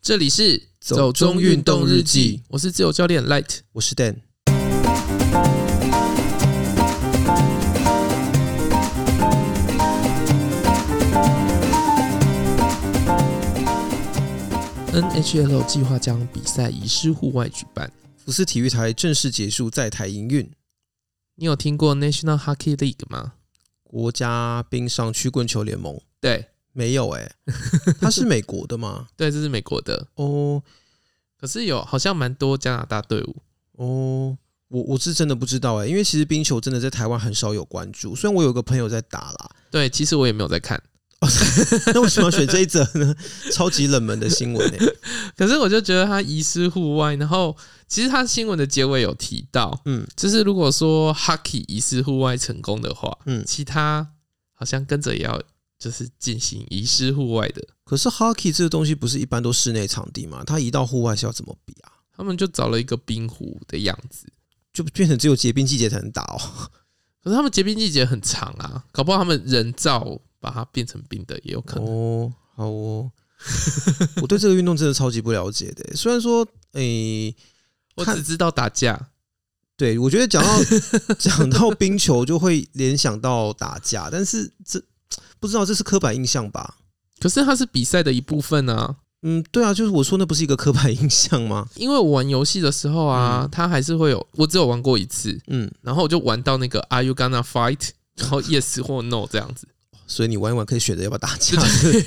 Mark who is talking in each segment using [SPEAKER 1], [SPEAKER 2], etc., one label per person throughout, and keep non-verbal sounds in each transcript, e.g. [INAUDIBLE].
[SPEAKER 1] 这里是
[SPEAKER 2] 走中运动日记，
[SPEAKER 1] 我是自由教练 Light。
[SPEAKER 2] 我是 Dan。
[SPEAKER 1] NHL 计划将比赛移师户外举办。
[SPEAKER 2] 福斯体育台正式结束在台营运。
[SPEAKER 1] 你有听过 National Hockey League 吗？
[SPEAKER 2] 国家冰上曲棍球联盟
[SPEAKER 1] 对，
[SPEAKER 2] 没有哎、它是美国的吗？ [LAUGHS]
[SPEAKER 1] 对，这是美国的，
[SPEAKER 2] 哦
[SPEAKER 1] 可是有好像蛮多加拿大队伍。
[SPEAKER 2] 哦，我我是真的不知道哎、因为其实冰球真的在台湾很少有关注，虽然我有个朋友在打啦， [LAUGHS]
[SPEAKER 1] 对，其实我也没有在看，
[SPEAKER 2] 那为什么要选这一则呢？ [LAUGHS] 超级冷门的新闻哎、
[SPEAKER 1] 可是我就觉得他移师户外，然后其实他新闻的结尾有提到，
[SPEAKER 2] 嗯
[SPEAKER 1] 就是如果说 Hockey 移师户外成功的话，
[SPEAKER 2] 嗯，
[SPEAKER 1] 其他好像跟着也要就是进行移师户外的。
[SPEAKER 2] 可是 hockey 这个东西不是一般都室内场地嘛？它移到户外是要怎么比啊？
[SPEAKER 1] 他们就找了一个冰壶的样子，
[SPEAKER 2] 就变成只有结冰季节才能打哦。
[SPEAKER 1] 可是他们结冰季节很长啊，搞不好他们人造把它变成冰的也有可能。
[SPEAKER 2] 哦，好哦， [LAUGHS] 我对这个运动真的超级不了解的。欸虽然说，诶、
[SPEAKER 1] 我
[SPEAKER 2] 看
[SPEAKER 1] 只知道打架，
[SPEAKER 2] 对我觉得
[SPEAKER 1] [LAUGHS]
[SPEAKER 2] 讲到讲到冰球就会联想到打架，但是这不知道这是刻板印象吧？
[SPEAKER 1] 可是它是比赛的一部分啊。
[SPEAKER 2] 嗯，对啊，就是我说那不是一个刻板印象吗？
[SPEAKER 1] 因为我玩游戏的时候啊，
[SPEAKER 2] 嗯
[SPEAKER 1] 它还是会有，我只有玩过一次，
[SPEAKER 2] 嗯，
[SPEAKER 1] 然后我就玩到那个 Are you gonna fight？然后 yes [LAUGHS] 或 no 这样子，
[SPEAKER 2] 所以你玩一玩可以选择要不要打架。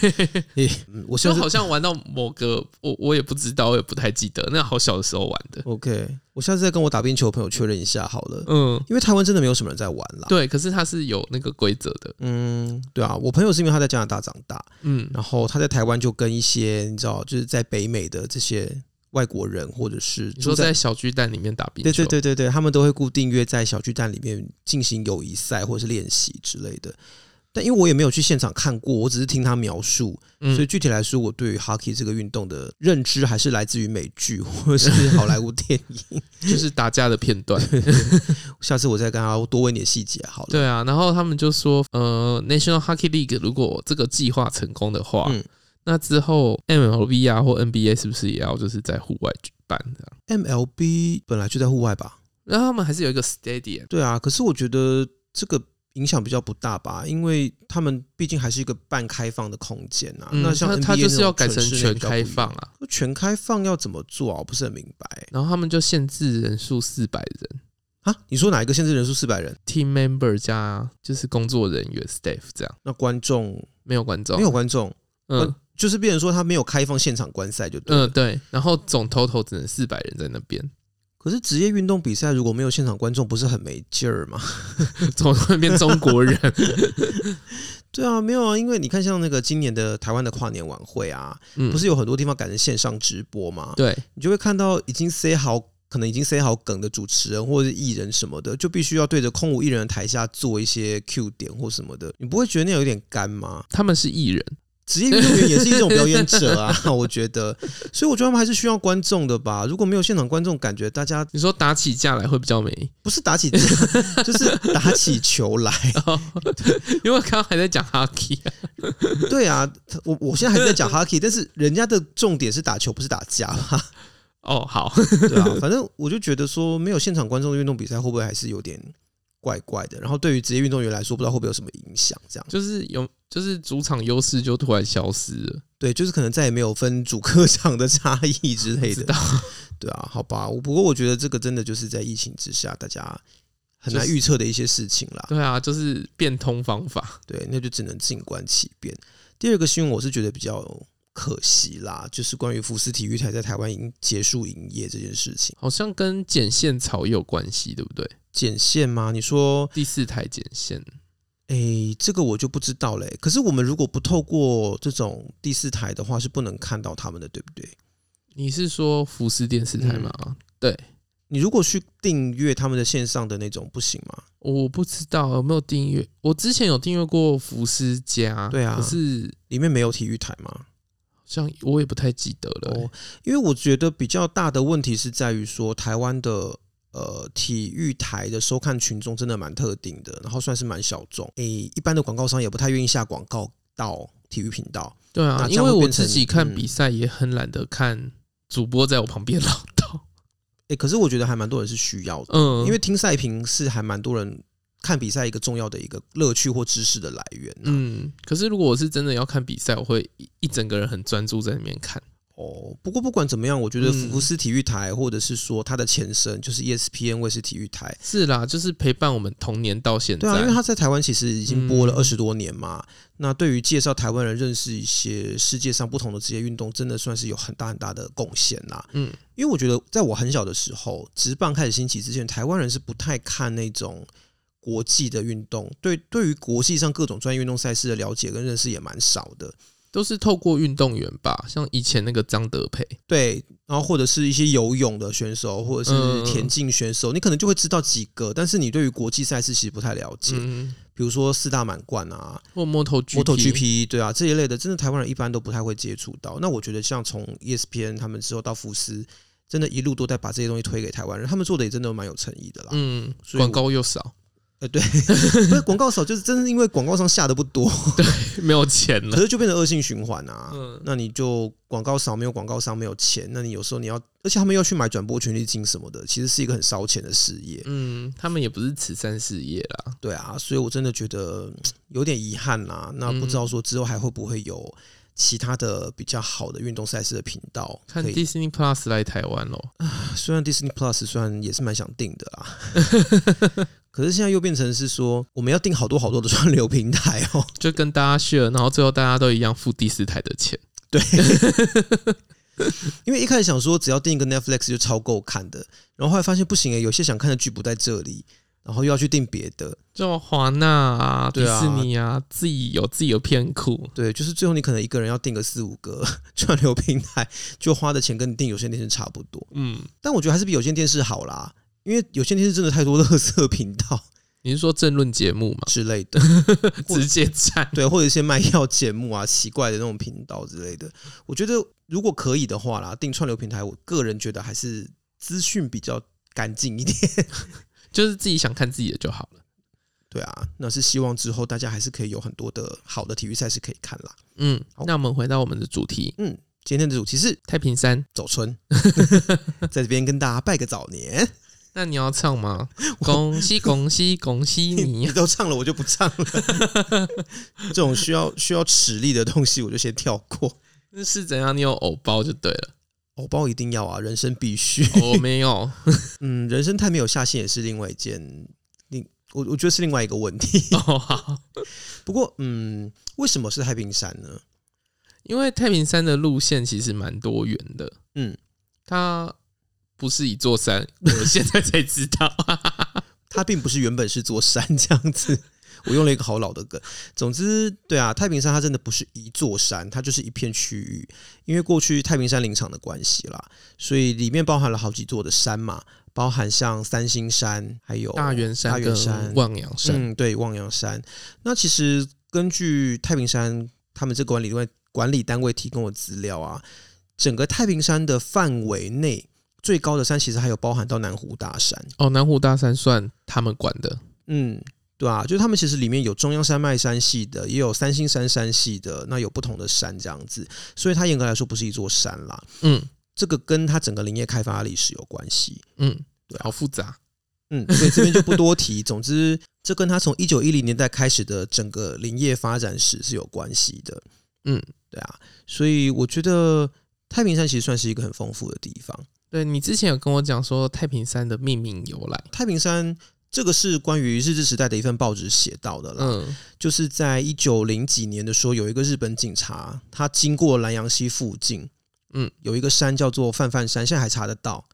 [SPEAKER 2] [LAUGHS] 诶嗯我
[SPEAKER 1] 就
[SPEAKER 2] 现在
[SPEAKER 1] 好像玩到某个我我也不知道，我也不太记得，那好小的时候玩的。
[SPEAKER 2] OK，我下次再跟我打冰球的朋友确认一下好了，
[SPEAKER 1] 嗯，
[SPEAKER 2] 因为台湾真的没有什么人在玩啦。
[SPEAKER 1] 对，可是它是有那个规则的。
[SPEAKER 2] 嗯，对啊，我朋友是因为他在加拿大长大，
[SPEAKER 1] 嗯，
[SPEAKER 2] 然后他在台湾就跟一些你知道，就是在北美的这些外国人，或者是
[SPEAKER 1] 你说
[SPEAKER 2] 住
[SPEAKER 1] 在小巨蛋里面打冰球，
[SPEAKER 2] 对对对对对，他们都会固定约在小巨蛋里面进行友谊赛或者是练习之类的。但因为我也没有去现场看过，我只是听他描述，
[SPEAKER 1] 嗯，
[SPEAKER 2] 所以具体来说，我对于 hockey 这个运动的认知还是来自于美剧或者是好莱坞电
[SPEAKER 1] [LAUGHS]
[SPEAKER 2] 影。
[SPEAKER 1] 就是打架的片段。
[SPEAKER 2] 下次我再跟他多问点细节好了。
[SPEAKER 1] 对啊，然后他们就说，呃，National Hockey League 如果这个计划成功的话，
[SPEAKER 2] 嗯
[SPEAKER 1] 那之后 MLB 啊或 NBA 是不是也要就是在户外举办的？
[SPEAKER 2] MLB 本来就在户外吧？
[SPEAKER 1] 然后他们还是有一个 stadium，
[SPEAKER 2] 对啊，可是我觉得这个影响比较不大吧，因为他们毕竟还是一个半开放的空间啊。
[SPEAKER 1] 嗯，
[SPEAKER 2] 那像
[SPEAKER 1] 他他
[SPEAKER 2] NBA
[SPEAKER 1] 就是要改
[SPEAKER 2] 那种
[SPEAKER 1] 成
[SPEAKER 2] 室内
[SPEAKER 1] 全
[SPEAKER 2] 比较
[SPEAKER 1] 开
[SPEAKER 2] 不一样
[SPEAKER 1] 放，啊，
[SPEAKER 2] 全开放要怎么做啊？我不是很明白
[SPEAKER 1] 然后他们就限制人数四百人
[SPEAKER 2] 啊。你说哪一个限制人数四百人？
[SPEAKER 1] ，team member 加就是工作人员 staff 这样，
[SPEAKER 2] 那观众
[SPEAKER 1] 没有观众，
[SPEAKER 2] 没有观众，
[SPEAKER 1] 嗯
[SPEAKER 2] 就是变成说他没有开放现场观赛就对了。
[SPEAKER 1] 嗯对，然后总 total 只能四百人在那边， [LAUGHS]
[SPEAKER 2] 可是职业运动比赛如果没有现场观众，不是很没劲儿吗？ [LAUGHS]
[SPEAKER 1] 总那边中国人，
[SPEAKER 2] 对啊，没有啊，因为你看像那个今年的台湾的跨年晚会啊，
[SPEAKER 1] 嗯，
[SPEAKER 2] 不是有很多地方改成线上直播吗？
[SPEAKER 1] 对，
[SPEAKER 2] 你就会看到已经塞好，可能已经塞好梗的主持人或者是艺人什么的，就必须要对着空无一人的台下做一些 Q 点或什么的，你不会觉得那样有点干吗？
[SPEAKER 1] 他们是艺人。
[SPEAKER 2] 职业运动员也是一种表演者啊，我觉得，所以我觉得他们还是需要观众的吧。如果没有现场观众，感觉大家
[SPEAKER 1] 你说打起架来会比较美，
[SPEAKER 2] 不是打起 [LAUGHS] 架，就是打起球来。
[SPEAKER 1] [LAUGHS] 因为我刚刚还在讲 hockey，、啊、
[SPEAKER 2] 对啊，我我现在还是在讲 hockey，但是人家的重点是打球，不是打架吧？
[SPEAKER 1] 哦，好， [LAUGHS]
[SPEAKER 2] 对啊，反正我就觉得说，没有现场观众的运动比赛会不会还是有点怪怪的？然后对于职业运动员来说，不知道会不会有什么影响？这样
[SPEAKER 1] 就是有就是主场优势就突然消失了，
[SPEAKER 2] 对，就是可能再也没有分主客场的差异之
[SPEAKER 1] [LAUGHS]
[SPEAKER 2] 类
[SPEAKER 1] 知
[SPEAKER 2] 的
[SPEAKER 1] 道。
[SPEAKER 2] 对啊，好吧，我不过我觉得这个真的就是在疫情之下，大家很难
[SPEAKER 1] 就是
[SPEAKER 2] 预测的一些事情啦。
[SPEAKER 1] 对啊，就是变通方法，
[SPEAKER 2] 对，那就只能静观其变。第二个新闻我是觉得比较可惜啦，就是关于福斯体育台在台湾营结束营业这件事情。
[SPEAKER 1] 好像跟剪线草也有关系，对不对？
[SPEAKER 2] 剪线吗？你说
[SPEAKER 1] 第四台剪线，
[SPEAKER 2] 诶，这个我就不知道嘞。可是我们如果不透过这种第四台的话，是不能看到他们的，对不对？
[SPEAKER 1] 你是说福斯电视台吗？
[SPEAKER 2] 嗯
[SPEAKER 1] 对，
[SPEAKER 2] 你如果去订阅他们的线上的那种，不行吗？
[SPEAKER 1] 我不知道有没有订阅，我之前有订阅过福斯家，
[SPEAKER 2] 对啊
[SPEAKER 1] 可是
[SPEAKER 2] 里面没有体育台吗？
[SPEAKER 1] 好像我也不太记得了、
[SPEAKER 2] 哦，因为我觉得比较大的问题是在于说，台湾的呃体育台的收看群众真的蛮特定的，然后算是蛮小众。诶，一般的广告商也不太愿意下广告。到体育频道。
[SPEAKER 1] 对
[SPEAKER 2] 那
[SPEAKER 1] 啊，
[SPEAKER 2] 这
[SPEAKER 1] 因
[SPEAKER 2] 样
[SPEAKER 1] 为
[SPEAKER 2] 会
[SPEAKER 1] 我
[SPEAKER 2] 变
[SPEAKER 1] 自
[SPEAKER 2] 成
[SPEAKER 1] 己看
[SPEAKER 2] 嗯
[SPEAKER 1] 比赛也很懒得看主播在我旁边唠叨，
[SPEAKER 2] 诶，可是我觉得还蛮多人是需要的，
[SPEAKER 1] 嗯，
[SPEAKER 2] 因为听赛评是还蛮多人看比赛一个重要的一个乐趣或知识的来源、啊。
[SPEAKER 1] 嗯，可是如果我是真的要看比赛，我会一一整个人很专注在里面看。
[SPEAKER 2] 哦，不过不管怎么样，我觉得
[SPEAKER 1] 嗯
[SPEAKER 2] 福斯体育台或者是说它的前身就是 E ESPN 卫视体育台，
[SPEAKER 1] 是啦，就是陪伴我们童年到现在。
[SPEAKER 2] 对啊，因为他在台湾其实已经播了
[SPEAKER 1] 嗯
[SPEAKER 2] 二十多年嘛。那对于介绍台湾人认识一些世界上不同的职业运动，真的算是有很大很大的贡献啦。
[SPEAKER 1] 嗯，
[SPEAKER 2] 因为我觉得在我很小的时候，职棒开始兴起之前，台湾人是不太看那种国际的运动，对对于国际上各种专业运动赛事的了解跟认识也蛮少的。
[SPEAKER 1] 都是透过运动员吧，像以前那个张德培，
[SPEAKER 2] 对，然后或者是一些游泳的选手，或者
[SPEAKER 1] 嗯
[SPEAKER 2] 是田径选手，你可能就会知道几个，但是你对于国际赛事其实不太了解，
[SPEAKER 1] 嗯，
[SPEAKER 2] 比如说四大满贯啊，
[SPEAKER 1] 或 MotoGP，,
[SPEAKER 2] MotoGP 对啊这一类的，真的台湾人一般都不太会接触到。那我觉得像从 E ESPN 他们之后到福斯，真的一路都在把这些东西推给台湾人，他们做的也真的蛮有诚意的啦。
[SPEAKER 1] 嗯，
[SPEAKER 2] 所以我
[SPEAKER 1] 广告又少， [LAUGHS]
[SPEAKER 2] 呃，对，不是广告少，就是真的因为广告商下的
[SPEAKER 1] [LAUGHS]
[SPEAKER 2] 不多，
[SPEAKER 1] 没有钱了。
[SPEAKER 2] 可是就变成恶性循环啊。
[SPEAKER 1] 嗯
[SPEAKER 2] 那你就广告少，没有广告商没有钱，那你有时候你要，而且他们要去买转播权利金什么的，其实是一个很烧钱的事业。
[SPEAKER 1] 嗯，他们也不是慈善事业啦。
[SPEAKER 2] 对啊，所以我真的觉得嗯有点遗憾啦、那不
[SPEAKER 1] 嗯
[SPEAKER 2] 知道说之后还会不会有其他的比较好的运动赛事的频道
[SPEAKER 1] 看
[SPEAKER 2] 可以？
[SPEAKER 1] Disney Plus 来台湾咯，
[SPEAKER 2] 啊虽然 Disney Plus 虽然也是蛮想订的啦，可是现在又变成是说我们要订好多好多的串流平台哦。
[SPEAKER 1] 就跟大家 share，然后最后大家都一样付第四台的钱。
[SPEAKER 2] 对，因为一开始想说只要订一个 Netflix 就超够看的，然后后来发现不行诶、有些想看的剧不在这里，然后又要去订别的，
[SPEAKER 1] 就华纳啊、迪
[SPEAKER 2] 对啊
[SPEAKER 1] 士尼啊，自己有自己的偏酷。
[SPEAKER 2] 对，就是最后你可能一个人要订个四五个 [LAUGHS] 串流平台，就花的钱跟你订有线电视差不多。
[SPEAKER 1] 嗯，
[SPEAKER 2] 但我觉得还是比有线电视好啦，因为有线电视真的太多垃圾频道
[SPEAKER 1] 你是说政论节目吗？
[SPEAKER 2] 之类的，或
[SPEAKER 1] 直接站。
[SPEAKER 2] 对，或者一些卖药节目啊、奇怪的那种频道之类的。我觉得如果可以的话啦，订串流平台，我个人觉得还是资讯比较干净一点。 [LAUGHS]
[SPEAKER 1] 就是自己想看自己的就好了。
[SPEAKER 2] 对啊，那是希望之后大家还是可以有很多的好的体育赛事可以看啦。
[SPEAKER 1] 嗯
[SPEAKER 2] 好，
[SPEAKER 1] 那我们回到我们的主题，
[SPEAKER 2] 嗯，今天的主题是
[SPEAKER 1] 太平山。
[SPEAKER 2] 走春， [LAUGHS] 在这边跟大家拜个早年。
[SPEAKER 1] 那你要唱 [LAUGHS] 吗？恭喜恭喜恭喜你 [LAUGHS]
[SPEAKER 2] 你！都唱了，我就不唱了。 [LAUGHS] 这种需要需要齿力的东西，我就先跳过。
[SPEAKER 1] 那是怎样？你有偶包就对 [LAUGHS] 了。
[SPEAKER 2] 偶包一定要啊，人生必须。
[SPEAKER 1] 我没有， [LAUGHS]
[SPEAKER 2] 嗯，人生太没有下限也是另外一件，另我我觉得是另外一个问题。 [LAUGHS]
[SPEAKER 1] 哦好，
[SPEAKER 2] 不过，嗯，为什么是太平山呢？
[SPEAKER 1] 因为太平山的路线其实蛮多元的。
[SPEAKER 2] 嗯，
[SPEAKER 1] 它不是一座山，我现在才知道。
[SPEAKER 2] 它并不是原本是座山这样子。我用了一个好老的梗。总之，对啊，太平山它真的不是一座山，它就是一片区域。因为过去太平山林场的关系啦，所以里面包含了好几座的山嘛，包含像三星山，还有
[SPEAKER 1] [LAUGHS] 大圆
[SPEAKER 2] 大
[SPEAKER 1] 山
[SPEAKER 2] 圆山
[SPEAKER 1] 跟望洋山，
[SPEAKER 2] 嗯，对，望洋山。那其实根据太平山他们这管理单位管理单位提供的资料啊，整个太平山的范围内最高的山其实还有包含到南湖大山。
[SPEAKER 1] 哦，南湖大山算他们管的。
[SPEAKER 2] 嗯，对啊，就是他们其实里面有中央山脉山系的，也有三星山山系的，那有不同的山这样子，所以它严格来说不是一座山啦。
[SPEAKER 1] 嗯
[SPEAKER 2] 这个跟它整个林业开发的历史有关系。
[SPEAKER 1] 嗯
[SPEAKER 2] 对，啊
[SPEAKER 1] 好复杂。
[SPEAKER 2] 嗯，所以这边就不多提。总之，这跟它从一九一零年代开始的整个林业发展史是有关系的。
[SPEAKER 1] 嗯，
[SPEAKER 2] 对啊，所以我觉得太平山其实算是一个很丰富的地方。
[SPEAKER 1] 对你之前有跟我讲说太平山的命名由来，
[SPEAKER 2] 太平山这个是关于日治时代的一份报纸写到的啦，
[SPEAKER 1] 嗯
[SPEAKER 2] 就是在一九零几年的时候，有一个日本警察，他经过南洋溪附近，
[SPEAKER 1] 嗯，
[SPEAKER 2] 有一个山叫做范范山，现在还查得到，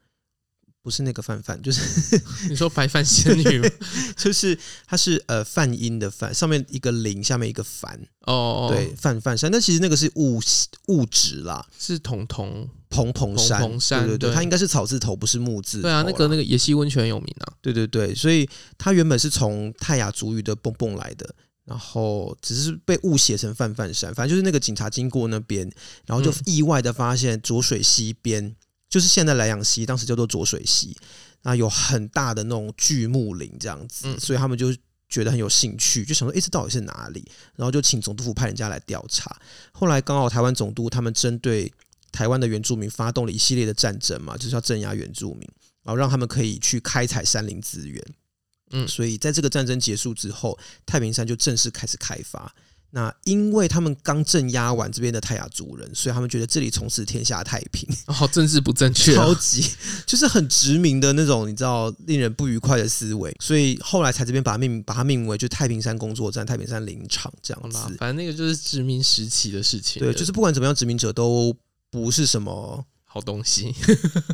[SPEAKER 2] 不是那个范范，就是 [LAUGHS]
[SPEAKER 1] 你说白饭仙女吗
[SPEAKER 2] 就是它是呃梵音的梵，上面一个零，下面一个凡，
[SPEAKER 1] 哦，
[SPEAKER 2] 对，，范范山。那其实那个是物物质啦，
[SPEAKER 1] 是彤彤，
[SPEAKER 2] 蓬蓬山，
[SPEAKER 1] 蓬蓬山
[SPEAKER 2] 对对
[SPEAKER 1] 对
[SPEAKER 2] 对，它应该是草字头，不是木字头
[SPEAKER 1] 对
[SPEAKER 2] 啦。
[SPEAKER 1] 啊，那个那个野溪温泉有名啊， [LAUGHS]
[SPEAKER 2] 对对对，所以它原本是从泰雅族语的蹦蹦来的，然后只是被误写成范范山。反正就是那个警察经过那边，然后就
[SPEAKER 1] 嗯
[SPEAKER 2] 意外的发现浊水溪边，就是现在莱阳溪，当时叫做浊水溪，那有很大的那种巨木林这样子，
[SPEAKER 1] 嗯
[SPEAKER 2] 所以他们就觉得很有兴趣，就想说，诶，这到底是哪里？然后就请总督府派人家来调查。后来刚好台湾总督他们针对台湾的原住民发动了一系列的战争嘛，就是要镇压原住民，然后让他们可以去开采山林资源。
[SPEAKER 1] 嗯
[SPEAKER 2] 所以在这个战争结束之后，太平山就正式开始开发。那因为他们刚镇压完这边的泰雅族人，所以他们觉得这里从此天下太
[SPEAKER 1] [LAUGHS]
[SPEAKER 2] 平。
[SPEAKER 1] 哦，好政治不正确啊、
[SPEAKER 2] 超级就是很殖民的那种，你知道令人不愉快的思维，所以后来才这边把它命名把它命名为就太平山工作站、太平山林场这
[SPEAKER 1] 好
[SPEAKER 2] 样
[SPEAKER 1] 啦
[SPEAKER 2] 子，。
[SPEAKER 1] 反正那个就是殖民时期的事情了，
[SPEAKER 2] 对，就是不管怎么样，殖民者都不是什么。
[SPEAKER 1] 好东
[SPEAKER 2] [LAUGHS]
[SPEAKER 1] 西。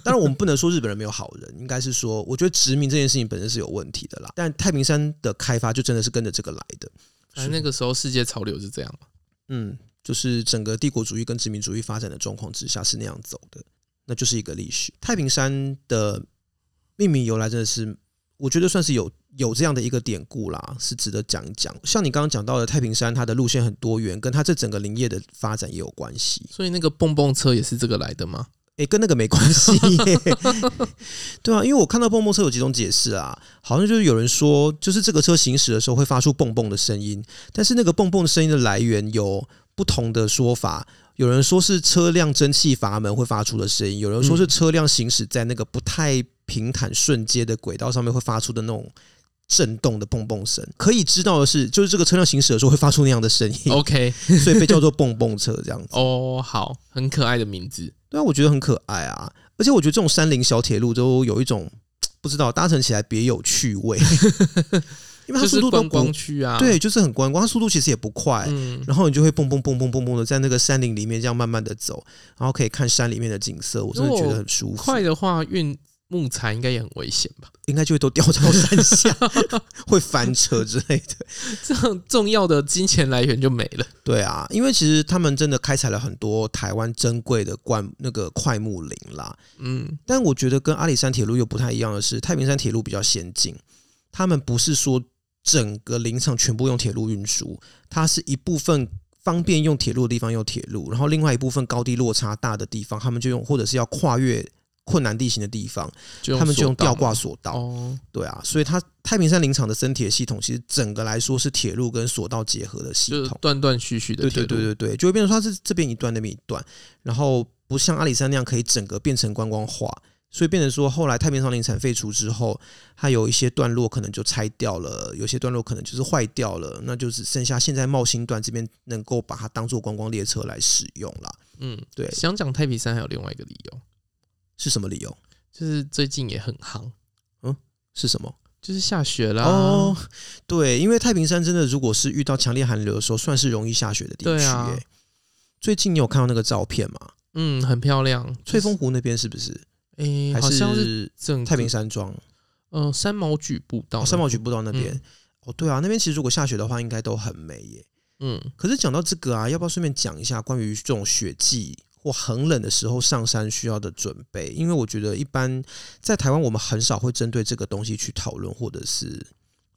[SPEAKER 2] 当然，我们不能说日本人没有好人， [LAUGHS] 应该是说，我觉得殖民这件事情本身是有问题的啦。但太平山的开发就真的是跟着这个来的，
[SPEAKER 1] 反正那个时候世界潮流是这样嘛，
[SPEAKER 2] 嗯，就是整个帝国主义跟殖民主义发展的状况之下是那样走的，那就是一个历史。太平山的命名由来真的是，我觉得算是有有这样的一个典故啦，是值得讲一讲。像你刚刚讲到的太平山，它的路线很多元，跟它这整个林业的发展也有关系。
[SPEAKER 1] 所以那个蹦蹦车也是这个来的吗？
[SPEAKER 2] 诶，跟那个没关系耶，对啊，因为我看到蹦蹦车有几种解释啊，好像就是有人说，就是这个车行驶的时候会发出蹦蹦的声音，但是那个蹦蹦的声音的来源有不同的说法，有人说是车辆蒸汽阀门会发出的声音，有人说是车辆行驶在那个不太平坦顺街的轨道上面会发出的那种。震动的蹦蹦声，可以知道的是，就是这个车辆行驶的时候会发出那样的声音
[SPEAKER 1] OK，
[SPEAKER 2] 所以被叫做蹦蹦车这样子。
[SPEAKER 1] 哦，好，很可爱的名字，
[SPEAKER 2] 对啊，我觉得很可爱啊，而且我觉得这种山林小铁路都有一种不知道搭乘起来别有趣
[SPEAKER 1] [LAUGHS]
[SPEAKER 2] 味，因为
[SPEAKER 1] 就
[SPEAKER 2] 它
[SPEAKER 1] 是
[SPEAKER 2] 速度都
[SPEAKER 1] 观
[SPEAKER 2] 不、
[SPEAKER 1] 光区啊。，
[SPEAKER 2] 对，就是很观光，它速度其实也不快，
[SPEAKER 1] 嗯，
[SPEAKER 2] 然后你就会蹦蹦蹦蹦蹦蹦的在那个山林里面这样慢慢的走，然后可以看山里面的景色，我真的觉得很舒服，
[SPEAKER 1] 快的话运木材应该也很危险吧？ [LAUGHS]
[SPEAKER 2] 应该就会都掉到山下，会翻车之类的。
[SPEAKER 1] 这样重要的金钱来源就没了。
[SPEAKER 2] 对啊，因为其实他们真的开采了很多台湾珍贵的灌那个快木林啦，
[SPEAKER 1] 嗯，
[SPEAKER 2] 但我觉得跟阿里山铁路又不太一样的是，太平山铁路比较先进，他们不是说整个林场全部用铁路运输，它是一部分方便用铁路的地方用铁路，然后另外一部分高低落差大的地方，他们就用或者是要跨越困难地形的地方，
[SPEAKER 1] 就
[SPEAKER 2] 他们就
[SPEAKER 1] 索
[SPEAKER 2] 用
[SPEAKER 1] 道
[SPEAKER 2] 吊
[SPEAKER 1] 嘛
[SPEAKER 2] 挂索道。
[SPEAKER 1] 哦，
[SPEAKER 2] 对啊，所以它太平山林场的森铁系统其实整个来说是铁路跟索道结合的系
[SPEAKER 1] 就是
[SPEAKER 2] 统。
[SPEAKER 1] 断断续续的
[SPEAKER 2] 对
[SPEAKER 1] 铁
[SPEAKER 2] 对
[SPEAKER 1] 路。
[SPEAKER 2] 对对对，就会变成说它是这边一段那边一段，然后不像阿里山那样可以整个变成观光化，所以变成说后来太平山林产废除之后，它有一些段落可能就拆掉了，有些段落可能就是坏掉了，那就只剩下现在茂兴段这边能够把它当做观光列车来使用啦。
[SPEAKER 1] 嗯，
[SPEAKER 2] 对，
[SPEAKER 1] 想讲太平山还有另外一个理由，
[SPEAKER 2] 是什么理由？
[SPEAKER 1] 就是最近也很夯，
[SPEAKER 2] 是什么？
[SPEAKER 1] 就是下雪啦。
[SPEAKER 2] 哦，对，因为太平山真的如果是遇到强烈寒流的时候，算是容易下雪的地区、
[SPEAKER 1] 对
[SPEAKER 2] 耶。
[SPEAKER 1] 啊
[SPEAKER 2] 最近你有看到那个照片吗？
[SPEAKER 1] 嗯，很漂亮。
[SPEAKER 2] 翠峰湖那边是不是？
[SPEAKER 1] 诶、
[SPEAKER 2] 还
[SPEAKER 1] 哎好像是
[SPEAKER 2] 是
[SPEAKER 1] 整
[SPEAKER 2] 太平
[SPEAKER 1] 山，
[SPEAKER 2] 山庄？
[SPEAKER 1] 嗯、三毛榉步道、
[SPEAKER 2] 哦、三毛榉步道那边。
[SPEAKER 1] 嗯
[SPEAKER 2] 哦，对啊，那边其实如果下雪的话，应该都很美耶。
[SPEAKER 1] 嗯，
[SPEAKER 2] 可是讲到这个啊，要不要顺便讲一下关于这种雪季或很冷的时候上山需要的准备？因为我觉得一般在台湾，我们很少会针对这个东西去讨论，或者是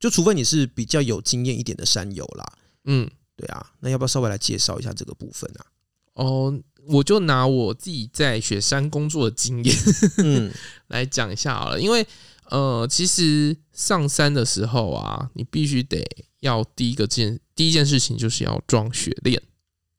[SPEAKER 2] 就除非你是比较有经验一点的山友啦。
[SPEAKER 1] 嗯，
[SPEAKER 2] 对啊，那要不要稍微来介绍一下这个部分啊？
[SPEAKER 1] 哦，我就拿我自己在雪山工作的经验
[SPEAKER 2] 嗯，
[SPEAKER 1] [LAUGHS] 来讲一下好了，因为呃，其实上山的时候啊，你必须得要第一个件第一件事情就是要装雪链，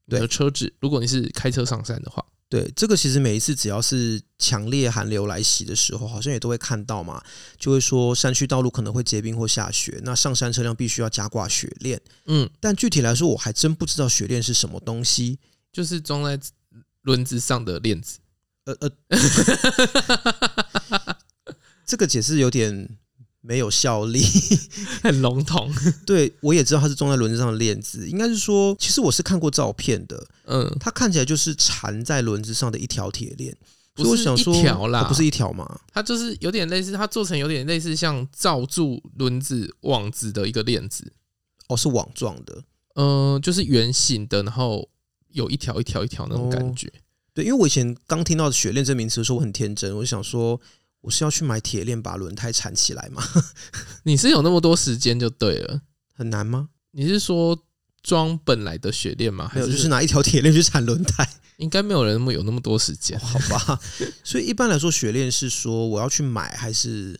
[SPEAKER 1] 你的
[SPEAKER 2] 对
[SPEAKER 1] 车子，如果你是开车上山的话，
[SPEAKER 2] 对，这个其实每一次只要是强烈寒流来袭的时候，好像也都会看到嘛，就会说山区道路可能会结冰或下雪，那上山车辆必须要加挂雪链。
[SPEAKER 1] 嗯，
[SPEAKER 2] 但具体来说，我还真不知道雪链是什么东西。
[SPEAKER 1] 就是装在轮子上的链子， [LAUGHS]
[SPEAKER 2] 呃呃，这个解释有点没有效力。 [LAUGHS]
[SPEAKER 1] 很笼统。
[SPEAKER 2] 对我也知道它是装在轮子上的链子，应该是说，其实我是看过照片的，
[SPEAKER 1] 嗯，
[SPEAKER 2] 它看起来就是缠在轮子上的一条铁链。所以
[SPEAKER 1] 不
[SPEAKER 2] 我
[SPEAKER 1] 是
[SPEAKER 2] 想
[SPEAKER 1] 一
[SPEAKER 2] 说
[SPEAKER 1] 条啦，
[SPEAKER 2] 哦不是一条嘛？
[SPEAKER 1] 它就是有点类似，它做成有点类似像罩住轮子网子的一个链子，
[SPEAKER 2] 哦，是网状的。
[SPEAKER 1] 嗯、就是圆形的，然后有一条一条一条那种
[SPEAKER 2] 哦
[SPEAKER 1] 感觉。
[SPEAKER 2] 对，因为我以前刚听到雪链这名词的时候，我很天真，我就想说，我是要去买铁链把轮胎缠起来吗？
[SPEAKER 1] 你是有那么多时间就对了，
[SPEAKER 2] 很难吗？
[SPEAKER 1] 你是说装本来的雪链吗？还
[SPEAKER 2] 没有，
[SPEAKER 1] 是
[SPEAKER 2] 就是拿一条铁链去缠轮胎，
[SPEAKER 1] 应该没有人那么有那么多时间，
[SPEAKER 2] 哦
[SPEAKER 1] [LAUGHS]
[SPEAKER 2] 好吧？所以一般来说，雪链是说我要去买，还是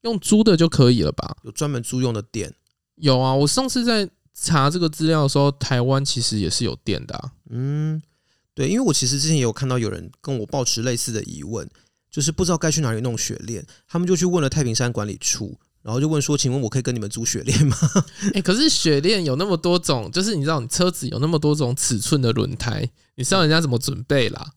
[SPEAKER 1] 用租的就可以了吧？
[SPEAKER 2] 有专门租用的店？
[SPEAKER 1] 有啊，我上次在查这个资料的时候，台湾其实也是有电的、啊。
[SPEAKER 2] 嗯，对，因为我其实之前也有看到有人跟我抱持类似的疑问，就是不知道该去哪里弄雪链，他们就去问了太平山管理处，然后就问说：“请问我可以跟你们租雪链吗
[SPEAKER 1] 哎、可是雪链有那么多种，就是你知道，你车子有那么多种尺寸的轮胎，你知道人家怎么准备啦？？”